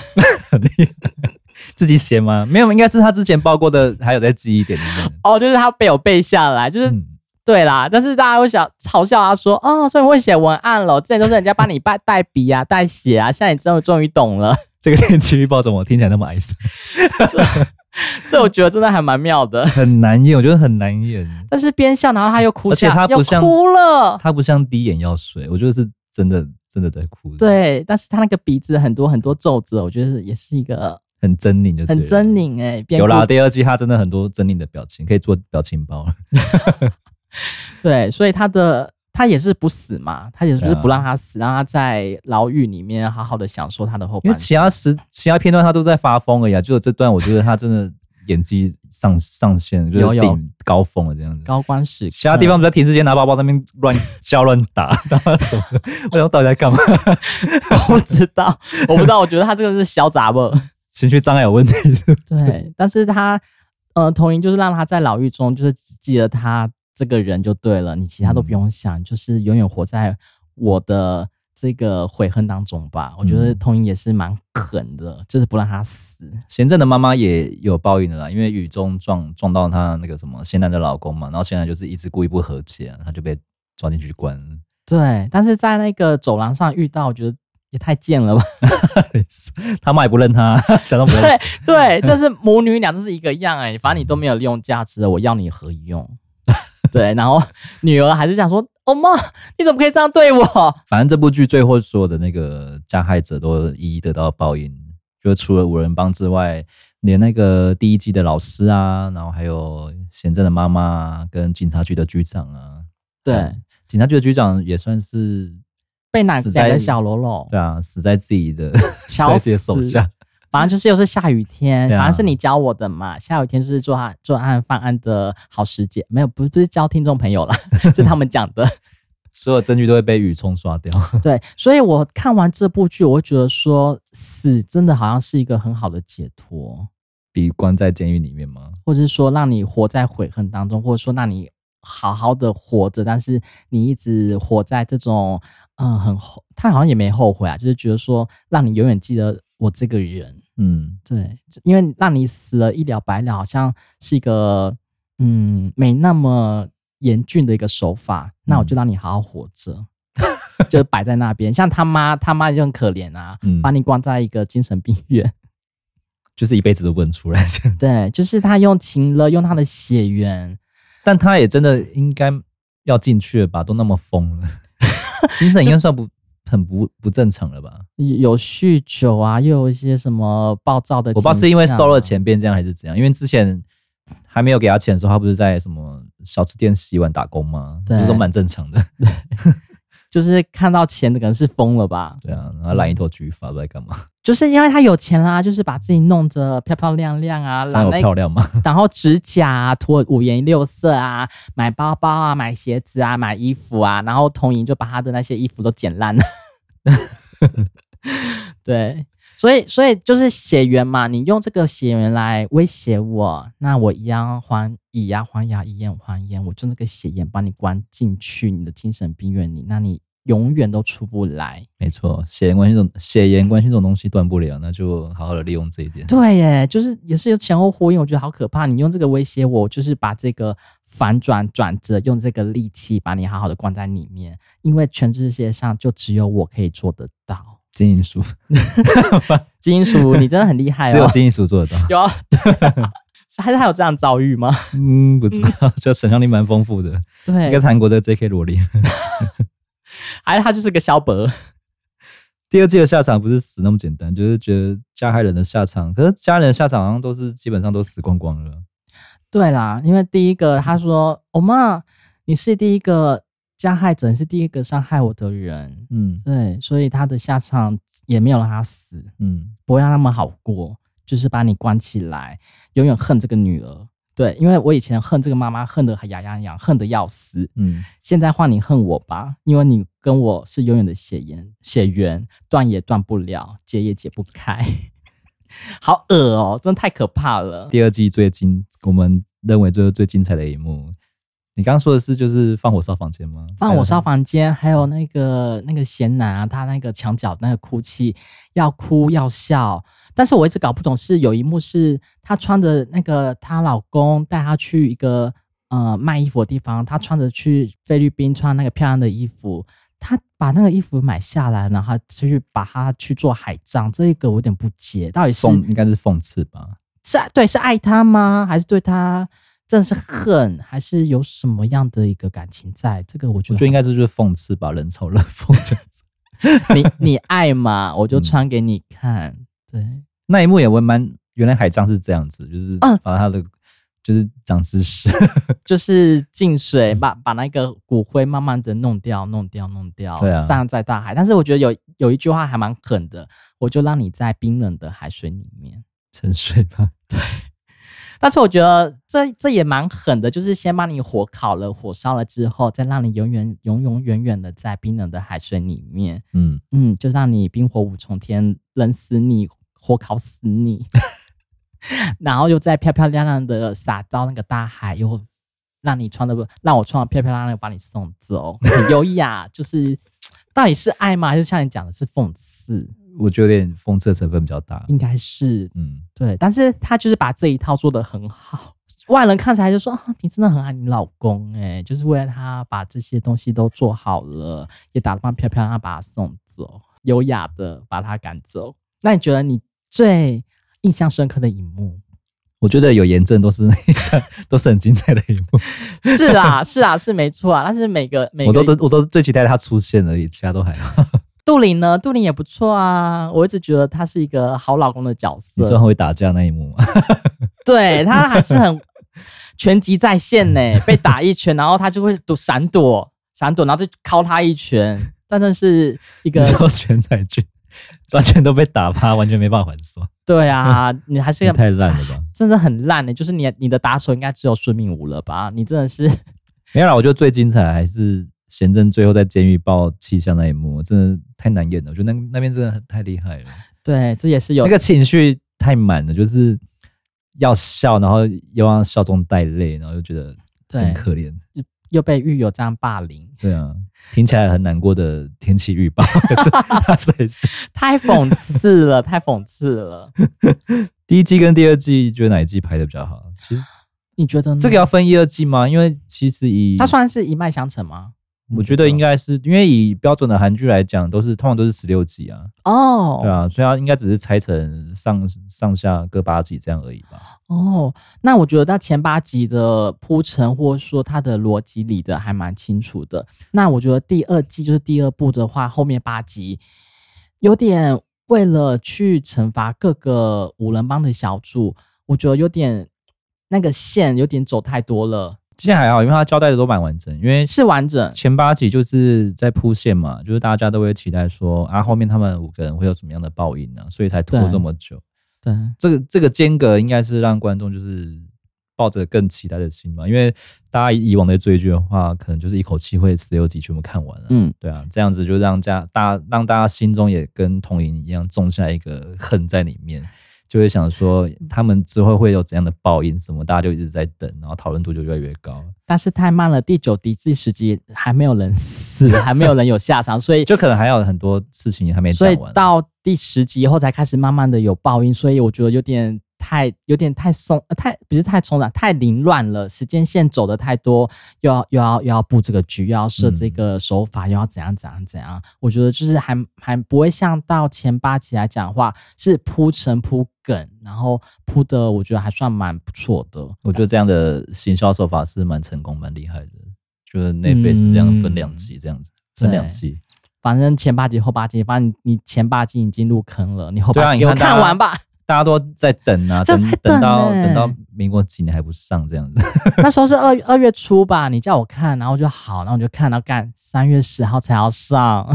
B: 自己写吗？没有，应该是他之前报过的，还有在记忆点里面。
A: 哦，就是他被我背下来，就是、
B: 嗯，
A: 对啦。但是大家会想嘲笑他说：“哦，终于会写文案了，之前都是人家帮你代代笔啊、代写啊，现在你终于终于懂了。”
B: 这个天气预报怎么听起来那么哀伤？
A: 所以我觉得真的还蛮妙的。
B: 很难演，我觉得很难演。
A: 但是边笑，然后他又哭
B: 而且
A: 下，
B: 他不像
A: 又哭了。
B: 他不像滴眼药水，我觉得是真的真的在哭，，
A: 对，但是他那个鼻子很多很多皱褶，我觉得也是一个
B: 很狰狞就对了
A: 很狰。狞哎、边
B: 有啦，
A: 哭
B: 第二季他真的很多狰狞的表情，可以做表情包了。
A: 对，所以他的他也是不死嘛，他也就是
B: 对啊
A: 不让他死，让他在牢狱里面好好的享受他的后半
B: 因为其
A: 生。
B: 他时其他片段他都在发疯而已、啊，只有这段我觉得他真的演技上上线，就
A: 有
B: 是
A: 有
B: 顶高峰了这样子。
A: 高光时刻，
B: 其他地方不在停尸间拿包包在那边乱叫乱 打， 然后什么的，我想到底在干嘛？
A: 我不知道， 我不知道，我觉得他这个是小杂吧。
B: 情绪障碍有问题是不是？
A: 对，但是他呃，童莹就是让他在牢狱中就是只记得他这个人就对了，你其他都不用想，就是永远活在我的这个悔恨当中吧。我觉得
B: 嗯
A: 童莹也是蛮狠的，就是不让他死。
B: 贤正的妈妈也有报应的啦，因为雨中撞撞到她那个什么贤男的老公嘛，然后贤男就是一直故意不和解、啊，他就被抓进去关 了。
A: 对，但是在那个走廊上遇到，我觉得也太贱了吧？
B: 他妈也不认 他，假装不认
A: 对
B: 识。
A: 对，这是母女俩，这是一个样哎、反正你都没有利用价值了，我要你何用？ 对，然后女儿还是想说：“哦妈，你怎么可以这样对我？”
B: 反正这部剧最后所有的那个加害者都一一得到报应，就除了五人帮之外，连那个第一季的老师啊，然后还有贤正的妈妈、啊、跟警察局的局长啊，
A: 对
B: 嗯，警察局的局长也算是
A: 被哪
B: 死
A: 两
B: 在
A: 个小喽啰？
B: 对啊，死在自己 的死
A: 敲
B: 在自己的
A: 哦死
B: 手下。
A: 反正就是又是下雨天，
B: 对啊
A: 反正是你教我的嘛。下雨天就是做案做案犯案的好时节，没有不是不是教听众朋友啦， 是他们讲 的。
B: 所有证据都会被雨冲刷掉。
A: 对，所以我看完这部剧，我会觉得说死真的好像是一个很好的解脱，
B: 比关在监狱里面吗？
A: 或者是说让你活在悔恨当中，或者说让你好好的活着，但是你一直活在这种嗯很后，他好像也没后悔啊，就是觉得说让你永远记得我这个人。
B: 嗯，
A: 对，就因为让你死了一了百了，好像是一个嗯没那么严峻的一个手法，那我
B: 嗯
A: 就让你好好活着， 就摆在那边。像他妈，他妈就很可怜啊，
B: 嗯
A: 把你关在一个精神病院。
B: 就是一辈子都不能出来这样。
A: 对，就是他用情了，用他的血缘，
B: 但他也真的应该要进去了吧？都那么疯了， 精神应该算不很不不正常了 吧？
A: 有酗酒啊，又有一些什么暴躁的、啊
B: 我不知道是因为收了，钱变这样还是怎样，因为之前。还没有给他钱的时候，他不是在什么小吃店洗碗打工吗？
A: 对
B: 不是都蛮正常的。
A: 就是看到钱的可能是疯了吧。
B: 对啊，然后染一头橘发，不知道在干嘛。
A: 就是因为他有钱啦、就是把自己弄得漂漂亮亮啊，
B: 这样
A: 染
B: 有
A: 那
B: 漂亮吗？
A: 然后指甲啊，涂得五颜六色啊，买包包啊，买鞋子啊，买衣服啊，然 后童莹就把她的那些衣服都剪烂了。对，所以所以就是血缘嘛，你用这个血缘来威胁我，那我一样还以牙还牙，以眼还眼，我就那个血缘把你关进去你的精神病院里，那你永远都出不来。
B: 没错，血缘关系这种血缘关系这种东西断不了，那就好好的利用这一点。
A: 对耶，就是也是有前后呼应，我觉得好可怕。你用这个威胁我，我就是把这个反转转折，用这个利器把你好好的关在里面，因为全世界上就只有我可以做得到。
B: 金银鼠
A: 金属，你真的很厉害
B: 只有
A: 哦！
B: 金银鼠做得 到。
A: 有啊，对还是还有这样遭遇吗？
B: 嗯，不知道，就想象力蛮丰富的。一个
A: 对，
B: 韩国的 J.K. 罗琳，
A: 还是他就是个萧伯。
B: 第二季的下场不是死那么简单，就是觉得加害人的下场，可是加害人的下场好像都是基本上都死光光了。
A: 对啦，因为第一个他说：“我妈，你是第一个加害者，你是第一个伤害我的人。
B: 嗯”
A: 对，所以他的下场也没有让他死。
B: 嗯，
A: 不会让他们好过，就是把你关起来，永远恨这个女儿。对，因为我以前恨这个妈妈，恨得牙痒痒，恨得要死。
B: 嗯，
A: 现在换你恨我吧，因为你跟我是永远的血缘，血缘断也断不了，解也解不开。 好恶哦，真的太可怕了。
B: 第二季最精，我们认为最最精彩的一幕。你刚刚说的是就是放火烧房间吗？
A: 放火烧房间，还有那个那个贤男啊，他那个墙角那个哭泣，要哭要笑，但是我一直搞不懂，是有一幕是她穿着那个她老公带她去一个呃卖衣服的地方，她穿着去菲律宾穿那个漂亮的衣服，她把那个衣服买下来，然后就去把它去做海葬，这一个我有点不解，到底
B: 还
A: 是
B: 有讽应该是讽刺吧？
A: 是爱对是爱他吗？还是对他真的是恨，还是有什么样的一个感情在？这个我觉
B: 我
A: 得
B: 觉得应该是就是讽刺吧，人丑人疯这样子。
A: 你你爱嘛，我就穿给你看。
B: 嗯
A: 对，
B: 那一幕也我蛮，原来海葬是这样子，就是
A: 嗯
B: 把他的、就是长知识，
A: 就是进水把
B: 嗯
A: 把那个骨灰慢慢的弄掉，弄掉，弄掉，
B: 对啊
A: 散在大海。但是我觉得有有一句话还蛮狠的，我就让你在冰冷的海水里面。
B: 沉睡吧。
A: 但是我觉得这这也蛮狠的，就是先把你火烤了、火烧了之后，再让你永远、永永远远的在冰冷的海水里面，
B: 嗯，
A: 嗯，就让你冰火五重天，冷死你，火烤死你， 然后又再漂漂亮亮的撒到那个大海，又让你穿的不，让我穿的漂漂亮亮，把你送走，很优雅，就是到底是爱吗？还是像你讲的是讽刺？
B: 我觉得有点讽刺的成分比较大。
A: 应该是
B: 嗯，
A: 对，但是他就是把这一套做得很好，外人看起来就说啊，你真的很爱你老公哎、就是为了他把这些东西都做好了，也打扮漂漂亮，亮，把他送走，优雅的把他赶走。那你觉得你最印象深刻的一 幕？
B: 我觉得有炎症都是 都是很精彩的一幕，
A: 是啦，是啦，是没错啊。但是每个每
B: 我
A: 个
B: 都都我都最期待他出现而已，其他都还好。
A: 杜林呢，杜林也不错啊，我一直觉得他是一个好老公的角色。
B: 你说很会打架那一幕吗？
A: 对他还是 很拳击在线呢，被打一拳，然后他就会躲闪躲闪躲，然后就敲他一拳，但真的是一 个
B: 你说全彩券 完全都被打趴，完全没办法还手，
A: 对啊，你还是
B: 也
A: 个
B: 太烂了吧？
A: 真的很烂的，就是你你的打手应该只有孙明武了吧？你真的 是
B: 没有啦，我觉得最精彩还是贤正最后在监狱爆气象那一幕，真的太难演了。我觉得那那边真的很太厉害了，
A: 对，这也是有
B: 那个情绪太满了，就是要笑，然后又要笑中带泪，然后又觉得很
A: 对
B: 可怜。
A: 又被狱友这样霸凌，
B: 对啊，听起来很难过的天气预报， 可是它在笑。
A: 太讽刺 了，太讽刺了。
B: 第一季跟第二季，觉得哪一季拍的比较好？其实
A: 嗯你觉得呢
B: 这个要分一二季吗？因为其实以
A: 它算是一脉相承吗？
B: 我觉得应该是因为以标准的韩剧来讲，都是通常都是十六集啊，
A: 哦，
B: 对啊，所以它应该只是拆成上上下各八集这样而已吧。
A: 哦，那我觉得那前八集的铺陈，或者说它的逻辑理的还蛮清楚的。那我觉得第二季就是第二部的话，后面八集有点为了去惩罚各个五人帮的小组，我觉得有点那个线有点走太多了，
B: 其实还好，因为它交代的都蛮完整，因为
A: 是完整
B: 前八集就是在铺线嘛，就是大家都会期待说啊，后面他们五个人会有什么样的报啊应呢、所以才拖
A: 对
B: 这么久。
A: 对。
B: 这个这个间隔应该是让观众就是抱着更期待的心嘛，因为大家以往的追剧的话，可能就是一口气会十六集全部看完了、
A: 嗯，
B: 对啊，这样子就让家大让大家心中也跟童影一样种下一个恨在里面，就会想说他们之后会有怎样的报应什么，大家就一直在等，然后讨论度就越来越高，
A: 但是太慢了，第九集、第十集还没有人死， 还没有人有下场，所以
B: 就可能还有很多事情还没
A: 所
B: 讲
A: 以
B: 完。啊
A: 到第十集以后才开始慢慢的有报应，所以我觉得有点太有点太松，呃太不是太松散，太凌乱了，时间线走的太多，又要又要又要布这个局，又要设这个手
B: 嗯
A: 法，又要怎样怎样怎样。我觉得就是还还不会像到前八集来讲的话，是铺陈铺梗，然后铺的我觉得还算蛮不错的。
B: 我觉得这样的行销手法是蛮成功、蛮厉害的，就是内费是这样分两
A: 嗯
B: 季这样子，分两季。
A: 反正前八集后八集，反正你你前八集已经入坑了，你后
B: 对啊
A: 八集
B: 你
A: 给我
B: 看大家
A: 看完吧。
B: 大家都在等啊，
A: 这
B: 等
A: 才
B: 等到
A: 等欸
B: 等到民国几年还不上这样子，
A: 那时候是二二月初吧，你叫我看，然后我就好，然后我就看到干三月十号才要上，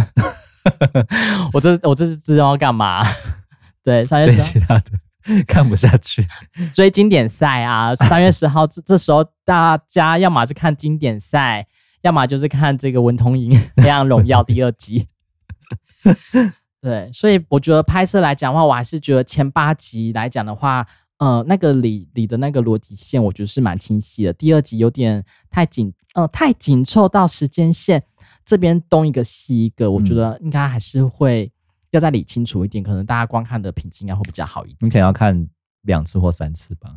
A: 我这我这是知道要干嘛？ 对，三
B: 所
A: 月
B: 以
A: 十号
B: 其他的 看不下去。
A: 追经典赛啊，三月十号这这时候大家要么是看经典赛，要么就是看这个文童莹《 黑暗荣耀》第二集。对，所以我觉得拍摄来讲的话，我还是觉得前八集来讲的话，呃，那个里里的那个逻辑线，我觉得是蛮清晰的。第二集有点太紧，呃，太紧凑到时间线这边东一个西一个，我觉得应该还是会要再理清楚一点，可能大家观看的品质应该会比较好一点。
B: 你可能要看两次或三次吧，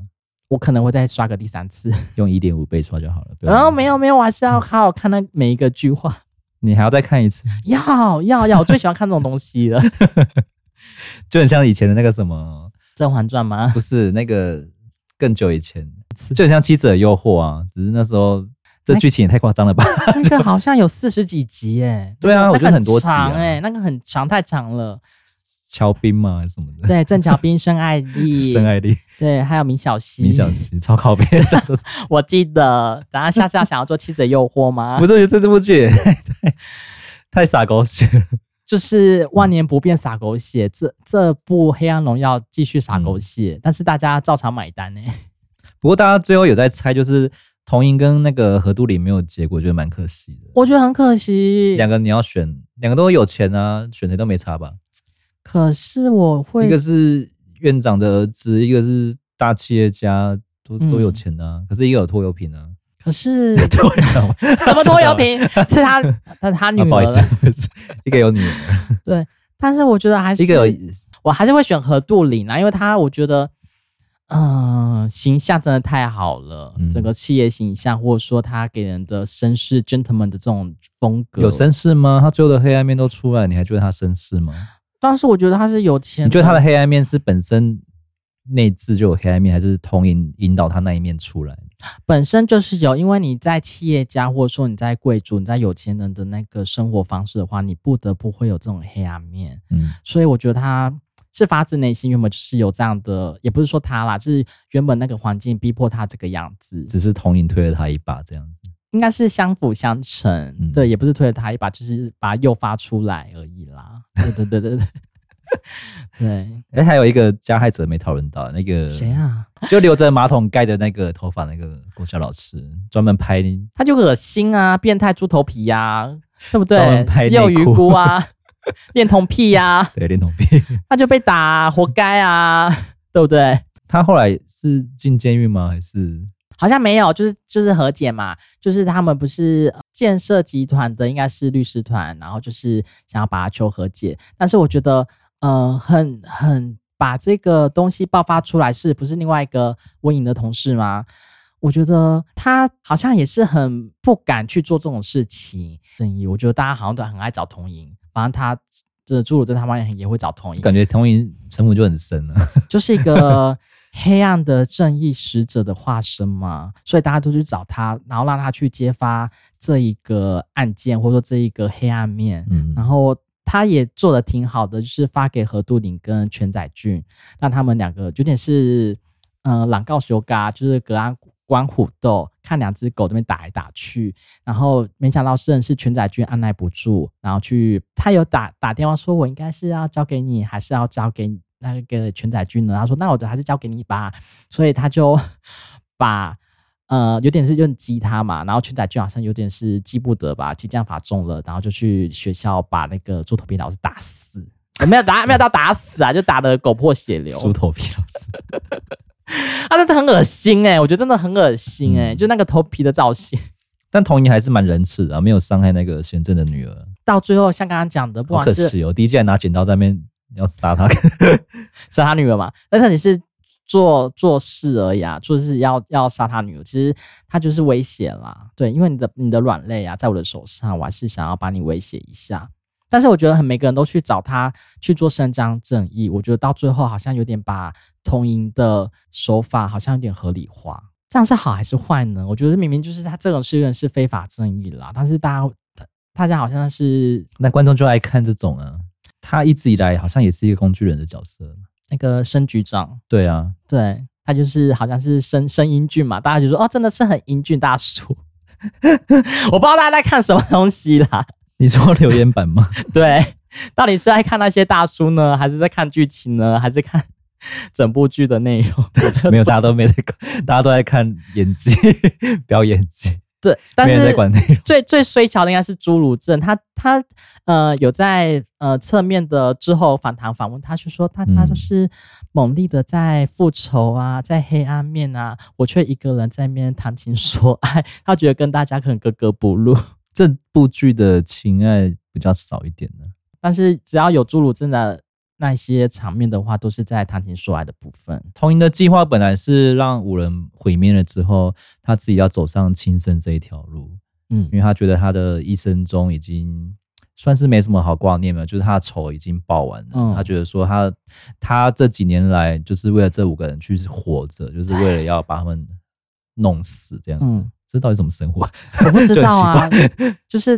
A: 我可能会再刷个第三次。
B: 用一点五倍刷就好了。不要
A: 然后哦没有没有，我还是要好好看那每一个句话。
B: 你还要再看一次，
A: 要要要，我最喜欢看这种东西 了，《
B: 就很像以前的那个什么，
A: 甄嬛传》吗？
B: 不是那个更久以前，就很像《妻子的诱惑》啊，只是那时候
A: 哎
B: 这剧情也太夸张了吧？
A: 那个好像有四十几集耶。
B: 对啊
A: 那个
B: 我觉得很多集啊
A: 长哎，那个很长，太长了。
B: 乔冰嘛还是什么的，
A: 对，郑巧冰、申爱 丽，
B: 深爱丽、
A: 对，还有明晓溪。
B: 米小琪超靠边，这都是
A: 我记得，咱下次要想要做《妻子的诱惑》吗
B: 不？是这这部剧 也太太太傻狗血了。
A: 就是万年不变撒狗血，这这部《黑暗荣耀》继续撒狗
B: 嗯
A: 血，但是大家照常买单 哎。
B: 不过大家最后有在猜，就是童莹跟那个何都里没有结果，觉得蛮可惜的。
A: 我觉得很可惜，
B: 两个你要选，两个都有钱啊，选谁都没差吧？
A: 可是我会
B: 一个是院长的儿子，一个是大企业家，都
A: 嗯
B: 都有钱啊。可是一个有拖油瓶 啊，
A: 可是
B: 拖 油瓶，
A: 怎么拖油瓶？ 是他，他他啊女
B: 啊？不好
A: 儿
B: 意
A: 了。
B: 思，一个有女儿，
A: 但是我觉得 还是
B: 一个有
A: 我还是会选何杜林啊，因为他我觉得，嗯、形象真的太好了，
B: 嗯
A: 整个企业形象或者说他给人的绅士 gentleman 的这种风格。
B: 有，绅士吗？他最后的黑暗面都出来，你还觉得他绅士吗？
A: 但是我觉得他是有钱。
B: 你觉得他的？黑暗面是本身内置就有黑暗面，还是童影引导他那一面出来？
A: 本身就是有，因为你在企业家或者说你在贵族、你在有钱人的那个生活方式的话，你不得不会有这种黑暗面。
B: 嗯，
A: 所以我觉得他是发自内心，原本就是有这样的，也不是说他啦，就是原本那个环境逼迫他这个样子，
B: 只是童影推了他一把这样子。
A: 应该是相辅相成，
B: 嗯
A: 对，也不是推了他一把，就是把他诱发出来而已啦。对对对对对， 对，
B: 哎、还有一个加害者没讨论到，那个
A: 谁？啊？
B: 就留着马桶盖的那个头发那个国小老师，专门拍
A: 他就恶心啊，变态猪头皮呀、对不
B: 专
A: 对
B: 门？拍
A: 死有
B: 内
A: 余
B: 裤
A: 辜啊， 恋童癖呀、
B: 对恋童 癖。
A: 他就被打啊、活该啊，对不对？
B: 他后来是进监狱吗？还是
A: 好像没有，就是就是和解嘛，就是他们不是呃建设集团的，应该是律师团，然后就是想要把它求和解，但是我觉得呃很很把这个东西爆发出来，是不是另外一个温颖的同事吗？我觉得他好像也是很不敢去做这种事情，正义，我觉得大家好像都很爱找童莹，反正他呃这侏儒在他妈也也会找童莹，
B: 感觉童影城府就很深了？
A: 就是一个黑暗的正义使者的化身嘛，所以大家都去找他，然后让他去揭发这一个案件，或者说这一个黑暗面。
B: 嗯，
A: 然后他也做的挺好的，就是发给何杜林跟全宰俊，让他们两个有点是，呃，朗告修嘎，就是隔岸观虎斗，看两只狗这边打来打去，然后没想到真的是全宰俊按耐不住，然后去他有打打电话说，我应该是要交给你，还是要交给那个全宰俊呢？他说，那我的还是交给你吧，所以他就。把呃有点是就激他嘛，然后全仔俊好像有点是激不得吧，激将法中了，然后就去学校把那个猪头皮老师打死，没有打没有到打死啊，就打得狗破血流，
B: 猪头皮老师，
A: 啊，真的很恶心哎、我觉得真的很恶心哎、
B: 嗯
A: 就那个头皮的造型，
B: 但童莹还是蛮仁慈的啊、没有伤害那个贤正的女儿，
A: 到最后像刚刚讲的，不
B: 好
A: 管
B: 可
A: 是
B: 惜哦。第一季还拿剪刀在那边要杀他，
A: 杀他女儿嘛，但是你是做做事而已啊，就是要要杀他女儿，其实他就是威胁啦，对，因为你的你的软肋啊，在我的手上，我还是想要把你威胁一下。但是我觉得很每个人都去找他去做伸张正义，我觉得到最后好像有点把同营的手法好像有点合理化，这样是好还是坏呢？我觉得明明就是他这种事件是非法正义啦，但是大家大大家好像是
B: 那观众就爱看这种啊。他一直以来好像也是一个工具人的角色，
A: 那个申局长
B: 对啊，
A: 对他就是好像是声声英俊嘛，大家就说哦，真的是很英俊大叔。 我不知道大家在看什么东西啦，
B: 你说留言 板吗？
A: 对，到底是在看那些大叔呢，还是在看剧情呢，还是看 整部剧的内容？我觉得
B: 没有，大家都没在看，大家都在看演技， 表演技，
A: 对，但
B: 没人在
A: 是
B: 管内容。
A: 最最衰小的应该是侏儒症，他他呃有在呃侧面的之后访谈访问，他就说大家
B: 嗯
A: 就是猛力的在复仇啊，在黑暗面啊，我却一个人在面谈情说爱， 他觉得跟大家可能格格不入。
B: 这部剧的情爱比较少一点呢、
A: 但是只要有侏儒症的那些场面的话，都是在谈情说爱的部分。
B: 同营的计划本来是让五人毁灭了之后，他自己要走上轻生这一条路，
A: 嗯
B: 因为他觉得他的一生中已经算是没什么好挂念了，就是他的仇已经报完了。
A: 嗯
B: 他觉得说他他这几年来就是为了这五个人去活着，就是为了要把他们弄死这样子。
A: 嗯
B: 这到底怎么生活？
A: 我不知
B: 就很
A: 道啊
B: 奇， 嗯
A: 就是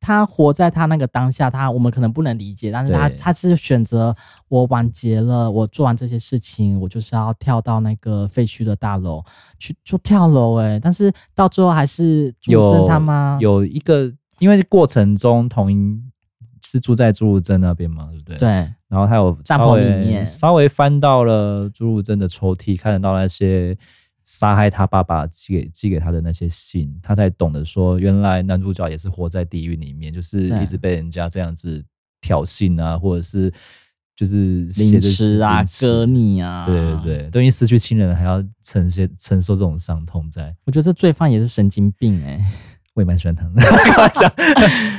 A: 他活在他那个当下，他我们可能不能理解，但是他
B: 对
A: 他是选择我完结了，我做完这些事情，我就是要跳到那个废墟的大楼去就跳楼哎、但是到最后还是主
B: 有
A: 正他妈
B: 有一个，因为过程中童英是住在朱如镇那边嘛，对不对？。
A: 对
B: 然后他有
A: 帐
B: 稍
A: 篷
B: 微
A: 里面
B: 稍微翻到了朱如镇的抽屉，看得到那些杀害他爸爸寄给寄给他的那些信，他才懂得说，原来男主角也是活在地狱里面，就是
A: 对
B: 一直被人家这样子挑衅啊，或者是就是写
A: 零
B: 着
A: 食啊
B: 凌迟
A: 割你啊，
B: 对对，对，都已经失去亲人了，还要承些承受这种伤痛在。
A: 我觉得这罪犯也是神经病哎、
B: 我也蛮喜欢他的， 开玩笑，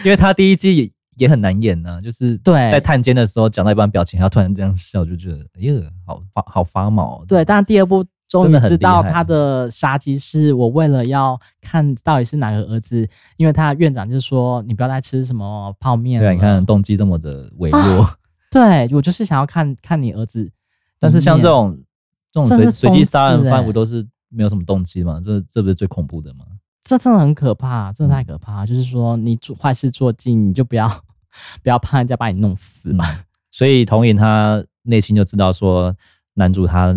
B: 因为他第一季也也很难演呢、就是
A: 对
B: 在探监的时候讲到一半表情，他突然这样笑，就觉得哎呀，好发好发毛。啊
A: 对，但第二部终
B: 真
A: 于
B: 的很
A: 知
B: 厉
A: 道
B: 害
A: 他的杀机是我为了要看到底是哪个儿子，因为他院长就说你不要再吃什么泡面
B: 对
A: 了。啊
B: 啊，你看动机这么的微弱，
A: 对我就是想要看看你儿子。
B: 但是像这，种这种
A: 真
B: 随
A: 是
B: 随
A: 疯
B: 机
A: 子
B: 杀人犯，
A: 欸
B: 不都是没有什么动机嘛？这这不是最恐怖的吗？
A: 这真的很可怕，真的
B: 嗯
A: 太可怕。就是说你做坏事做尽，你就不要不要怕人家把你弄死嘛。
B: 所以童颖他内心就知道说，男主他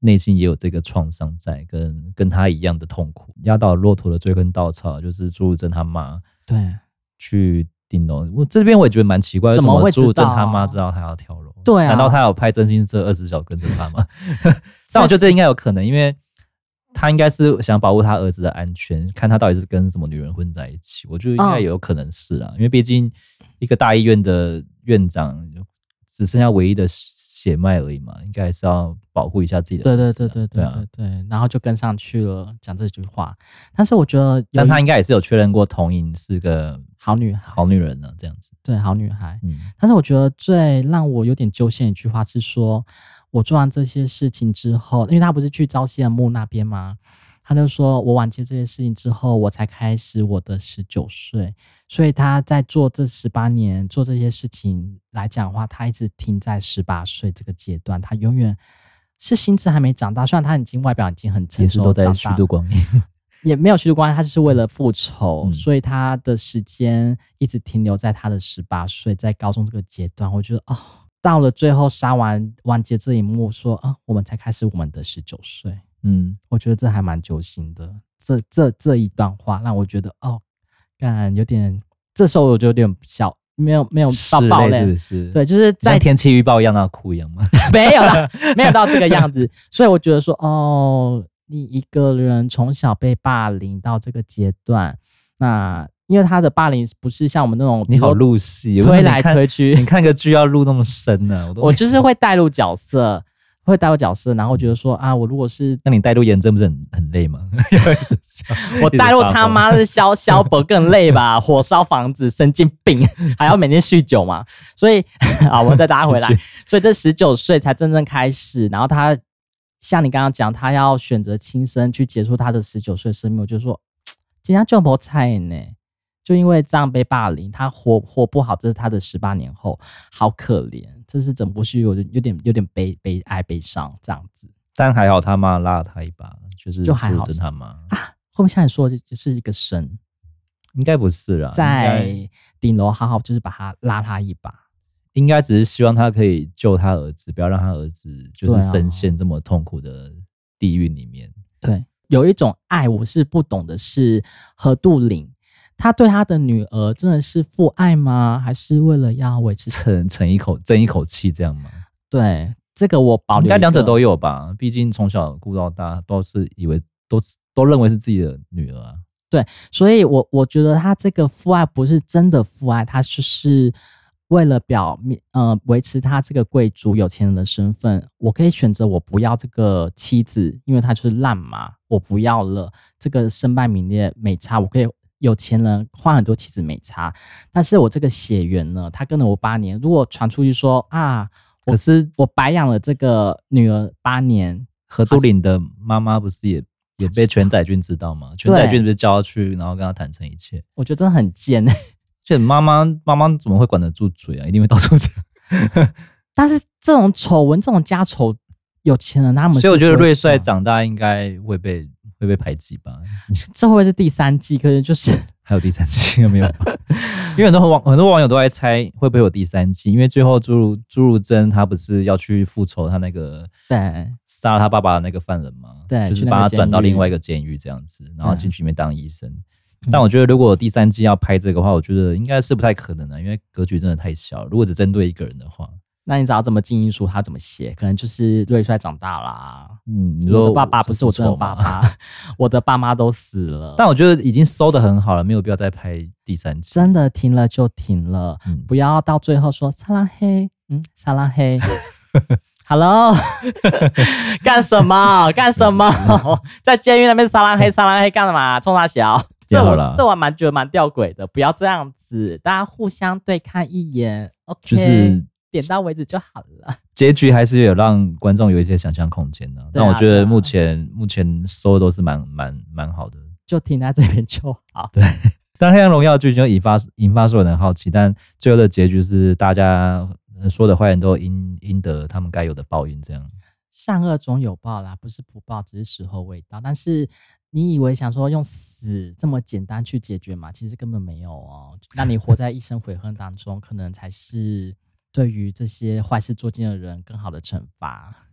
B: 内心也有这个创伤在，跟跟他一样的痛苦。压倒骆驼的最后一根稻草就是朱如真他妈。嗯
A: 对
B: 去顶楼。哦我这边我也觉得蛮奇怪，
A: 怎么
B: 为
A: 会
B: 什朱
A: 知
B: 如正
A: 道啊
B: 他妈知道他要跳楼？
A: 对啊
B: 难道他有拍真心社二十小跟着 他吗？ 但我觉得这应该有可能，因为他应该是想保护他儿子的安全，看他到底是跟什么女人混在一起。我觉得应该
A: 嗯
B: 也有可能是啊，因为毕竟一个大医院的院长只剩下唯一的血脉而已嘛，应该还是要保护一下自己 的
A: 对
B: 儿
A: 对
B: 子啊、
A: 对对对
B: 啊
A: 对。对，然后就跟上去了，讲这句话。但是我觉得有
B: 但
A: 一
B: 他应该也是有确认过童颖是个
A: 好女孩，
B: 好女人呢、啊这样子。
A: 对好女孩。
B: 嗯，
A: 但是我觉得最让我有点揪心的一句话是说，我做完这些事情之后，因为他不是去朝夕的墓那边吗？他就说我完结这些事情之后，我才开始我的十九岁，所以他在做这十八年做这些事情来讲的话，他一直停在十八岁这个阶段，他永远是心智还没长大，虽然他已经外表已经很成
B: 也是
A: 熟，
B: 都在
A: 长
B: 虚
A: 大
B: 度光阴。
A: 也没有虚度光阴，他就是为了复仇，
B: 嗯
A: 所以他的时间一直停留在他的十八岁，在高中这个阶段。我觉得哦，到了最后杀完完结这一幕，说啊、我们才开始我们的十九岁。
B: 嗯，
A: 我觉得这还蛮揪心的。这这这一段话让我觉得哦，干有点，这时候我就有点小没有没有到
B: 室
A: 爆
B: 内是
A: 泪
B: 不，是？
A: 对，，就是在
B: 像天 啊气预报一样那哭一样吗？
A: 没有啦，没有到这个样子。所以我觉得说，哦，你一个人从小被霸凌到这个阶段，那因为他的霸凌不是像我们那种
B: 你好哦入戏，
A: 推来
B: 去。
A: 推去，
B: 你看个剧要录那么深啊呢、我都
A: 我就是会带入角色，会带入角色，然后觉得说啊，我如果是
B: 那你带入炎症不是很很累吗？ 因为是
A: 我带入
B: 一直发
A: 他
B: 疯
A: 妈的消消博更累吧，火烧房子，神经病， 还要每天酗酒嘛。所以 啊，我再搭回来
B: 继，
A: 所以这十九岁才真正开始，然后他像你刚刚讲，他要选择轻生去结束他的十九岁生命，我就说，今天就不菜呢。就因为这样被霸凌，他活活不好，这是他的十八年后，好可怜。这是整部剧有点有点有点悲悲哀悲伤这样子。
B: 但还好他妈拉他一把，就是
A: 就还好
B: 阻止他妈，
A: 后面像你说的，就是一个神，
B: 应该不是啦，应该
A: 在顶楼好好就是把他拉他一把。
B: 应该只是希望他可以救他儿子，不要让他儿子就
A: 对啊
B: 是深陷这么痛苦的地狱里面。
A: 对，有一种爱我是不懂的是何杜陵，他对他的女儿真的是父爱吗？还是为了要维持？
B: 逞逞一口争一口气这样吗？
A: 对，这个我保留。
B: 应该两者都。有吧，毕竟从小顾到大都是以为都是都认为是自己的女儿啊。
A: 所以我我觉得他这个父爱不是真的父爱，他就是为了表面呃维持他这个贵族有钱人的身份，我可以选择我不要这个妻子，因为她就是烂马，我不要了。这个身败名裂没差，我可以有钱人换很多妻子没差，但是我这个血缘呢，他跟了我八年，如果传出去说啊，我
B: 可是
A: 我白养了这个女儿八年，
B: 何都岭的妈妈不是也也被全宰俊知 道吗？全宰俊不是叫他去，然后跟他坦诚一切。
A: 我觉得真的很贱。
B: 这妈妈妈妈怎么会管得住嘴啊？一定会到处 讲。
A: 但是这种丑闻、这种家丑，有钱人他们是
B: 所以我觉得
A: 不会
B: 瑞帅
A: 讲
B: 长大应该会被会被排挤吧。
A: 这会不会是第三季？可能 就是
B: 还有第 三季没有吧？因为很多网很多网友都在猜会不会有第三季，因为最后朱如朱如真她不是要去复仇她那个
A: 对
B: 杀了他爸爸的那个犯人嘛，
A: 对
B: 就是
A: 去那个
B: 把他转到
A: 监狱
B: 另外一个监狱这样子，然后
A: 嗯
B: 进去里面当医生。但我觉得如果第三季要拍这个的话，我觉得应该是不太可能的、啊因为格局真的太小。如果只针对一个人的话，
A: 那你只要怎么进英书，他怎么写，可能就是瑞帅长大啦、
B: 嗯，你
A: 你
B: 说
A: 的爸爸不是我真的
B: 丑吗
A: 爸？爸，我的爸妈都死了。
B: 但我觉得已经收的很好了，没有必要再拍第三季。
A: 真的停了就停了，
B: 嗯
A: 不要到最后说撒拉嘿，嗯，撒拉 嘿，Hello，干什 么？干什么？ 在监狱那边撒拉嘿，撒拉嘿干嘛？冲他 小。这
B: 掉
A: 我
B: 了
A: 这我还蛮觉得蛮吊诡的，不要这样子，大家互相对看一眼，OK，
B: 就是
A: 点到为止就好了。
B: 结局还是有让观众有一些想象空间的、
A: 对啊
B: 但我觉
A: 对啊
B: 得目前、目前收的都是蛮蛮蛮好的。
A: 就停在这边就好。对，
B: 当《黑暗荣耀》剧情就引发引发所有人的好奇，但最后的结局是大家呃说的坏人都应应得他们该有的报应。这样，
A: 善恶总有报啦，不是不报，只是时候未到。但是你以为想说用死这么简单去解决嘛？其实根本没有哦。让你活在一生悔恨当中，可能才是对于这些坏事做尽的人更好的惩罚。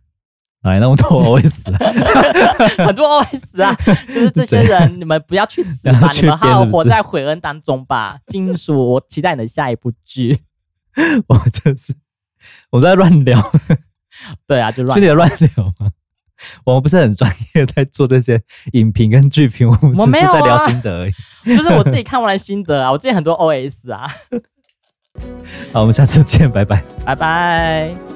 B: 哪哎来那 么多 OS？啊
A: 很多 OS 啊，就是这些人，你们不要去死吧，
B: 要去
A: 你们好好
B: 编是不
A: 活
B: 是
A: 在悔恨当中吧。金属，我期待你的下一部剧。
B: 我真是我在乱聊，
A: 对啊，就乱
B: 真的有乱聊吗？ 我们不是很专业，在做这些影评跟剧评，我
A: 我
B: 们
A: 没
B: 只是
A: 有
B: 在聊
A: 啊
B: 心得而已。
A: 就是我 自己看完的心得啊，我自己很多 OS 啊。
B: 好，我们下次见，拜拜。
A: 拜拜。